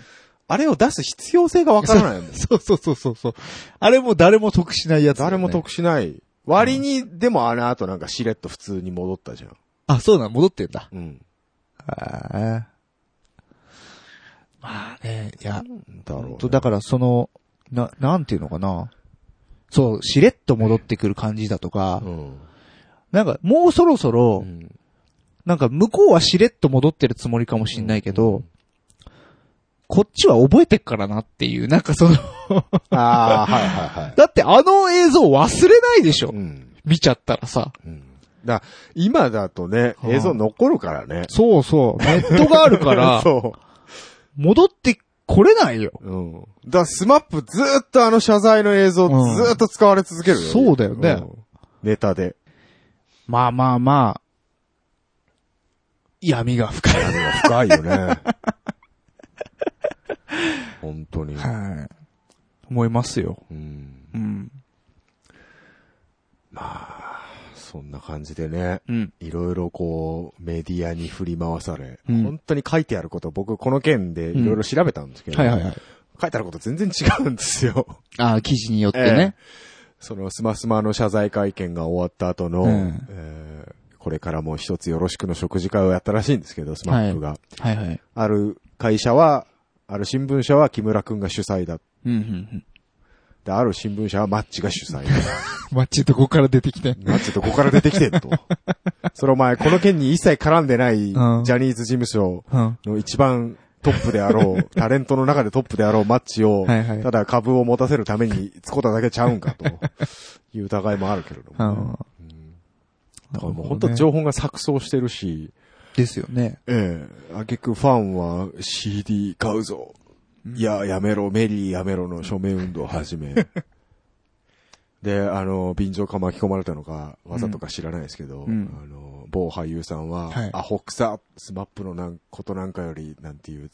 あれを出す必要性がわからないもん。 そうそうそうそうそう。あれも誰も得しないやつ、誰も。得しない。割に、でもあの後なんかしれっと普通に戻ったじゃん。あ、そうなん、戻ってんだ。うん。あまあね、いや、だろうね、ほんとだからその、な、なんていうのかな。そう、しれっと戻ってくる感じだとか、うん。なんかもうそろそろ、んなんか向こうはしれっと戻ってるつもりかもしんないけど、こっちは覚えてっからなっていう、なんかその、 ああ、はいはいはい。だってあの映像忘れないでしょ、うん。見ちゃったらさ。だ今だとね、はあ映像残るからね。そうそう、ネットがあるか ら、そ戻ってこれないよ。う。うん。だスマップずーっとあの謝罪の映像うんずーっと使われ続けるよ、そうだよねんネタで。まあまあまあ、闇が深い。深いよね。 本当に。はい。思いますよ。うん。うん。そんな感じでね。うん。いろいろこう、メディアに振り回され、うん本当に書いてあること、僕この件でいろいろ調べたんですけど、はいはいはい。書いてあること全然違うんですよ。 ああ、記事によってえね。そのスマスマの謝罪会見が終わった後の、うんえーこれからも一つよろしくの食事会をやったらしいんですけど、スマップが。はいはい。ある会社は、ある新聞社は木村くんが主催だ。うんうんうん。で、ある新聞社はマッチが主 催だ。マッチどこから出てきて。マッチどこから出てきてんと。それお前、この件に一切絡んでない、ジャニーズ事務所、うん。の一番トップであろう、タレントの中でトップであろうマッチを、はいはいただ株を持たせるためにつこただけちゃうんかと、いう疑いもある けれどうもね、ん。だからなもうるほ本ど当ね情報が錯綜してるし、ですよね。ええ、あげくファンは CD 買うぞ。いや、やめろ、メリーやめろの署名運動を始 め。で、あの、便乗か巻き込まれたのか、技とか知らないですけど、うんあの、某俳優さんは、はいアホ草、スマップのなんことなんかより、なんていう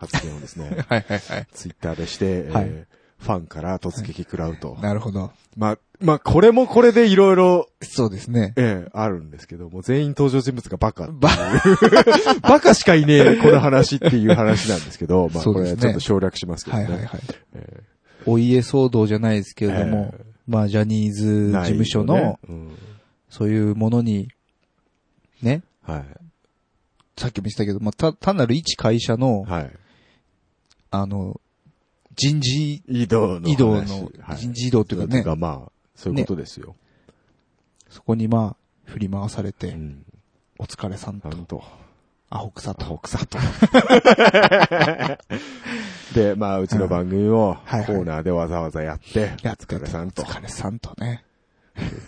発言をです ね、はいはいはい。ツイッターでして、はいえーファンから突撃食らうと。なるほど。まあ、まあ、これもこれでいろいろ、そうですね。ええあるんですけど、もう全員登場人物がバカっていう。 バカしかいねえ、この話っていう話なんです けど、まあそうこでれすねはちょっと省略しますけどはいはいね。はい。えお家騒動じゃないですけれどもえ、まあ、ジャニーズえ事務所ないよのね、うんそういうものに、ね、はい。さっきも言ってたけど、まあ、た、単なる一会社の、はい。あの、人事移動の話。移動のは、い人事異動っていうかねと、かまあ、そういうことですよ。そこにまあ、振り回されてう、ん。お疲れさんとなん、と。アホ草と。で、まあ、うちの番組をコはいはいーナーでわざわざやって、やっお疲れさんとお。疲れさんとね。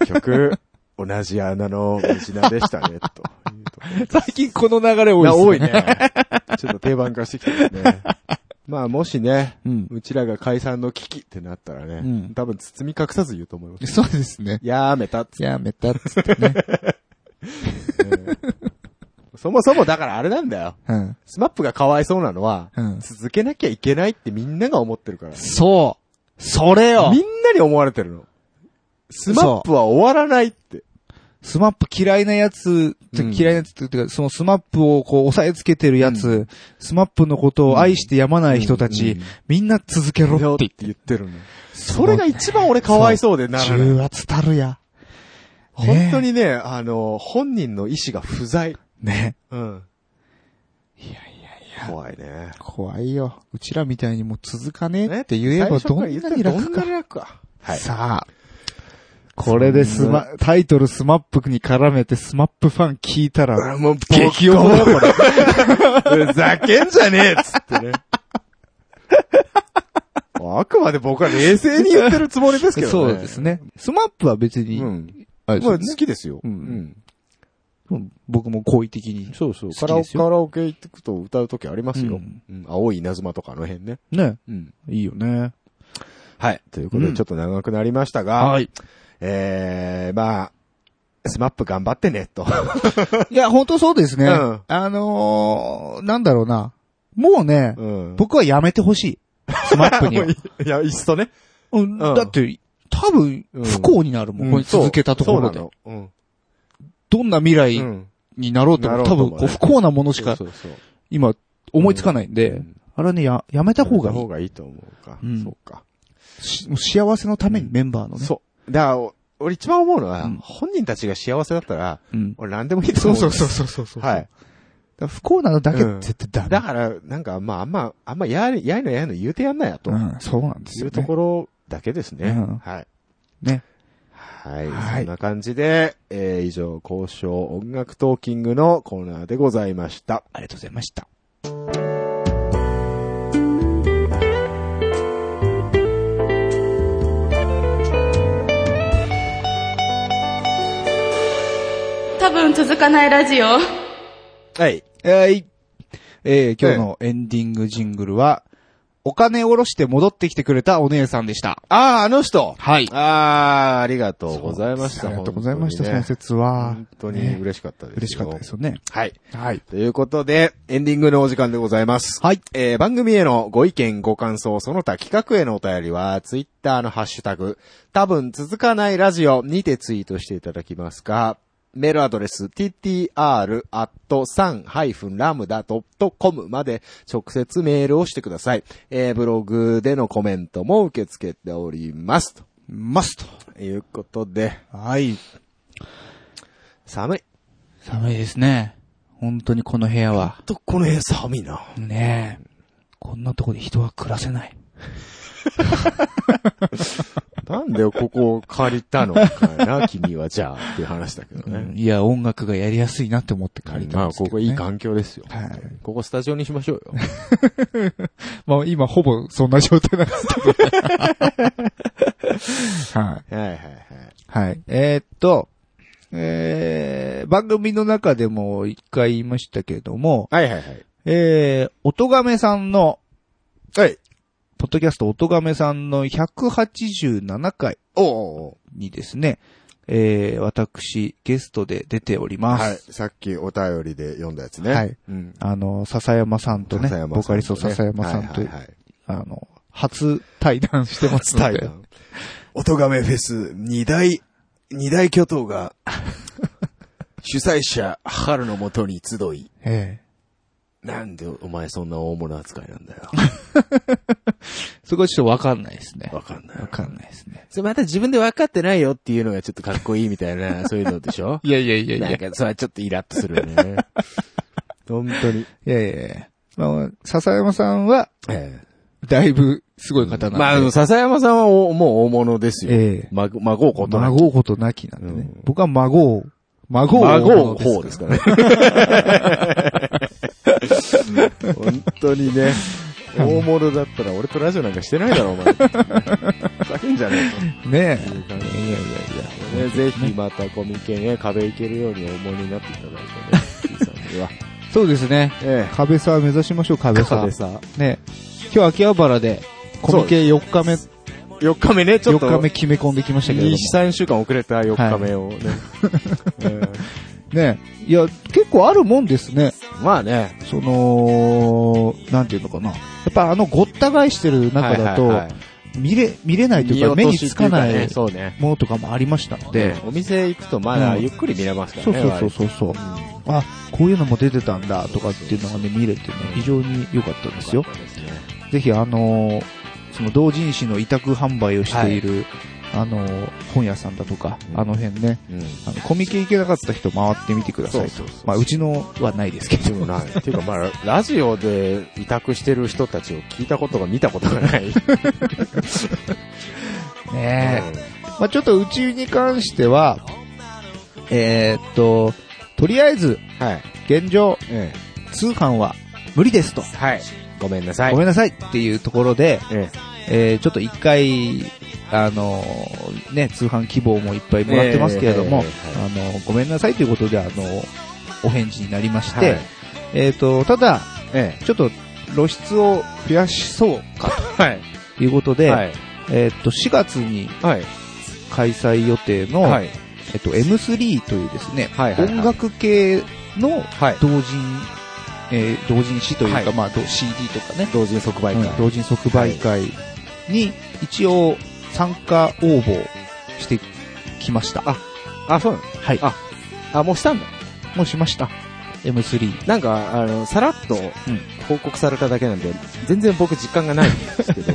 結局、同じ穴の道名でしたね、というところで 最近この流れ 多いですね。多い。ね。ちょっと定番化してきてますね。まあもしね、うん。うちらが解散の危機ってなったらね、うん多分包み隠さず言うと思います。そうですね。やめたっつってやめたっつ ってね。そもそもだからあれなんだよ。うん。スマップがかわいそうなのは、うん続けなきゃいけないってみんなが思ってるから。そうそれよみんなに思われてるの。スマップは終わらないって。スマップ嫌いなやつ、うん嫌いなやつっていうか、そのスマップをこう押さえつけてるやつ、スマップのことを愛してやまない人たち、うんうんみんな続けろっってて言言っ。っててるの。それが一番俺かわいそうでならない。重圧たるや。本当ねにね、あの、本人の意思が不在。え。ねうん。いやいやいや。怖いね。怖いよ。うちらみたいにもう続かねえって言えばどんなに楽か。はい。さあ。これでスマ、タイトルスマップに絡めてスマップファン聞いたら、もう、激おもろいこれ。ふ ざけんじゃねえっつってね。あくまで僕は冷静に言ってるつもりですけどね。 そうですね。スマップは別に、うん。あれですまよあ、ね好きですよ。ううんん。うん僕も好意的に。そうそう。好カきラオですカよラオケ行くと歌うときありますうよん。うん青い稲妻とかあの辺ね。ね。うん。いいよね。はい。ということうで、んちょっと長くなりましたが、はい。えー、まあ、スマップ頑張ってね、と。いや、本当そうですね。うんあのー、なんだろうな。もうね、うん。。僕はやめてほしい。スマップにはいや、いっそね。うん、うんだって、多分、うん不幸になるもん。これ続けたところでそう。。そうなのどんな未う来ん。になろうとなろう多と思分うこう不幸なものしかそうそうそう今思いつかないんで、あれはね、や、やめた方がいやめた方い。がいいと思うか。うんそうか。しもう幸せのためにメンバーのね。そう。だからお、俺一番思うのは、うん本人たちが幸せだったら、うん。俺何でもいいと思う。そうそうそうそうそう はい。だから不幸なのだけうん絶対ダだメ。から、なんか、まあ、あんま、あんま、やれ、やいのやいの言うてやんなや、と。うん、そうなんですいよ、うとね。ころだけですね。うんはい。ね。はい。はいそんな感じで、えー、以上、交渉音楽トーキングのコーナーでございました。ありがとうございました。多分続かないラジオ。はい。はい。えー、今日のエンディングジングルは、お金下ろして戻ってきてくれたお姉さんでした。ああ、あの人はい。ああ、ありがとうございました。ありがとうございました、その本説は。当にね。ね本当に嬉しかったです。嬉しかったです。よね。はい。はい。ということで、エンディングのお時間でございます。はい。えー、番組へのご意見、ご感想、その他企画へのお便りは、ツイッターのハッシュタグ、多分続かないラジオにてツイートしていただきますか、メールアドレス、ttr.san-lambda.com まで直接メールをしてください。えー、ブログでのコメントも受け付けております。マスト。ということで、はい。寒い。寒いですね。本当にこの部屋は。と、この辺寒いな。ねえ。こんなとこで人は暮らせない。なんでここを借りたのか な、君はじゃあ、っていう話だけどね。いや、音楽がやりやすいなって思って借りたまんあ、ですけこど、こね。いい環境ですよ。はい。ここスタジオにしましょうよ。まあ今ほぼそんな状態なんですけ ど。はい。はいはいはい。はい。えーっと、えー、番組の中でも一回言いましたけれども、はいはいはい。えー、音亀さんの、はい。ポッドキャスト音亀さんの187回おうおうにですね、えー、私、ゲストで出ておりおうます。はい。さっきお便りで読んだやつね。はい。うん。あの、笹山さんとね、笹山さんとボねカリスト笹山さんと、はいはいはいあの、初対談してますのはいで。音亀フェス二大、二大巨頭が、主催者、春のもとに集い、えなんでお前そんな大物扱いなんだよ。えそこはちょっとわかんないですね。わかんないわ。かんないですね。それまた自分で分かってないよっていうのがちょっとかっこいいみたい な、そういうのでしょいやいやいやいや。なんか、それはちょっとイラッとするよね。 本当に。いやいやいや。まあ、笹山さんは、だいぶすごい方なんで。まあ、笹山さんはおもう大物ですよ。ええまご、孫をことな孫うことなきなんでね。僕は孫を、孫を。孫を方ですからね。 本当にね。大物だったら俺とラジオなんかしてないだろ、お前。ふざけんじゃねねえという感じえ。いやいやい や。でね。ぜひまたコミケンへ壁行けるように大物になっていただい てね。T さんには。そうですね。え壁さ目指しましょう、壁え。さ壁。さ。ね今日秋葉原で、コミケ4日目、 4日目ね、ちょっと。 4日目決め込んできましたけれど2、も。 3週間遅れた4日目をね。うんねいや、結構あるもんですね。まあね。その、なんていうのかな。やっぱあのごった返してる中だはいはいとは、見れ、見れないというか、目につかな見落としってうねいそうね。ものとかもありましたのでで、、お店行くとまだうんゆっくり見れますからそうね。そうそうそうそう。あ、こういうのも出てたんだとかっていうのがね、見れてね、非常に良かったんですよ。ぜひあのー、その同人誌の委託販売をしている、あのー、本屋さんだとか、うんあの辺ね、割と。あのコミケ行けなかった人回ってみてくださいと。そうそうそうまあ、うちのはないですけうど。ん。でもない。っていうかまあ、ラジオで委託してる人たちを聞いたことが見たことが ない。ねえ。まあ、ちょっとうちに関しては、えーっと、とりあえず、はい。現状、え通販は無理ですと。えはい。ごめんなさい。ごめんなさいっていうところで、ええーちょっと一回、あのーね、通販希望もいっぱいもらってますけれども、ええあのーごめんなさいということで、あのーお返事になりましえ。て、はいえっ、と、ただ、えちょっと露出を増やしそうかえ。はい。ということで、はい。えっ、と、4月にはい。開催予定の、はい。えっ、と、M3 というですね、はいはいはい音楽系のはい。同人、えー同人誌というか、はいまあ、ど CD とかね、同時即売会。うん同人即売会に一応参加応募してきました。あ、そうなのはい。あ、あ、もうしたんだ。もうしました。M3。なんか、あの、さらっと報告されただけなんで、全然僕実感がないんですけど。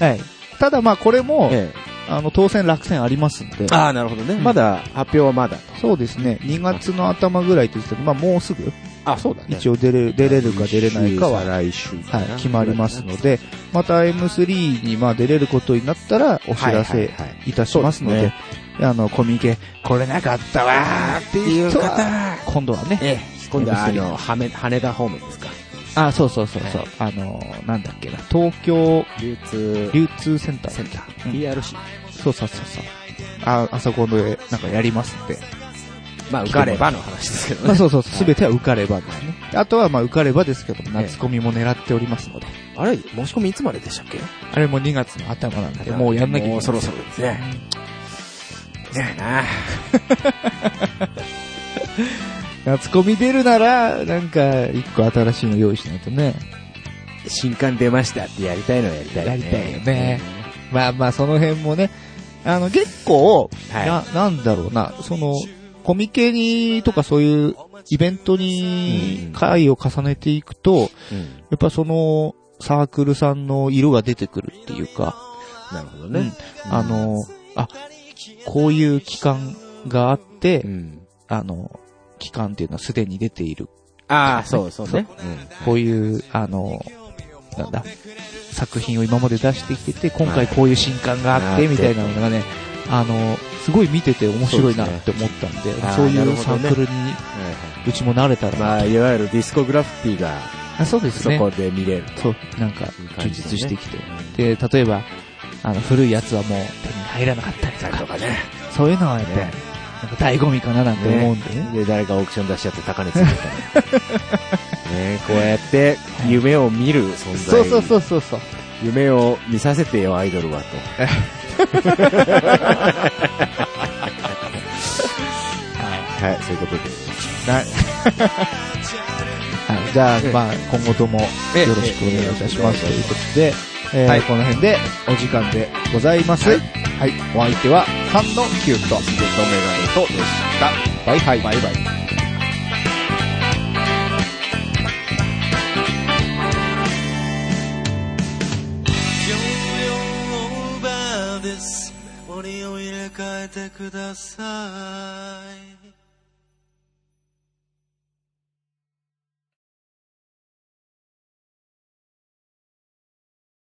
はい。ただまあこれも、ええ、あの、当選落選ありますんで。ああ、なるほどね。うん、まだ、発表はまだ。そうですね。2月の頭ぐらいと言ってたまあもうすぐ。あ、そうだね。一応出れ、出れるか出れないかは、来週。はい、決まりますので、また M3 にまあ出れることになったらお知らせいたしますので、はいはいはいね、あの、コミケ、これなかったわーっていう人は、今度はね、ええ、今度はあの、はめ、羽田方面ですか。あ,あ、そうそうそうそう。はい、あのー、なんだっけな、東京流通、流通センター。センター。うん、PRC。そうそうそうそう。あ、あそこで、なんかやりますんで。まあ、受かればの話ですけどね。まあ、そうそう,そう、す、は、べ、い、ては受かればですね。あとは、まあ、受かればですけども、夏コミも狙っておりますので。あれ、申し込みいつまででしたっけあれもう2月の頭なんで、もうやんなきゃいけない。もうそろそろですね。うん、ねえな夏コミ出るなら、なんか、一個新しいの用意しないとね。新刊出ましたってやりたいのはやりたい、ね。やりたいよね。うん、まあまあ、その辺もね、あの、結構、はい、な、なんだろうな、その、コミケに、とかそういうイベントに、回を重ねていくと、うん、やっぱその、サークルさんの色が出てくるっていうか、なるほどね。うん、あの、あ、こういう期間があって、あの、期間っていうのはすでに出ている、ね。ああ、そうそうね、うん。こういう、あの、なんだ、作品を今まで出してきてて、今回こういう新刊があって、みたいなのがね、あの、すごい見てて面白いなって思ったんで、そう、ね,、いうサークルに、うちも慣れたら、まあ、いわゆるディスコグラフィティが、あそうですね。そこで見れる。そう、なんか、充実してきて、ね。で、例えば、あの、古いやつはもう手に入らなかったりとか、ね、そういうのはやっぱり、醍醐味かななんて思うんでね。ねで、誰かオークション出しちゃって高値つけたね ねこうやって夢を見る存在。そうそうそうそうそう。夢を見させてよ、アイドルはと。は い、はい、そういうことで。なはい、じゃあ、まあ、今後ともよろしくお願いいたしますということで、えー、はい、この辺でお時間でございます。はい、はい、お相手は3のキュート、デッドメガネとでした。バイバイ。バイバイ。森を入れ替えてください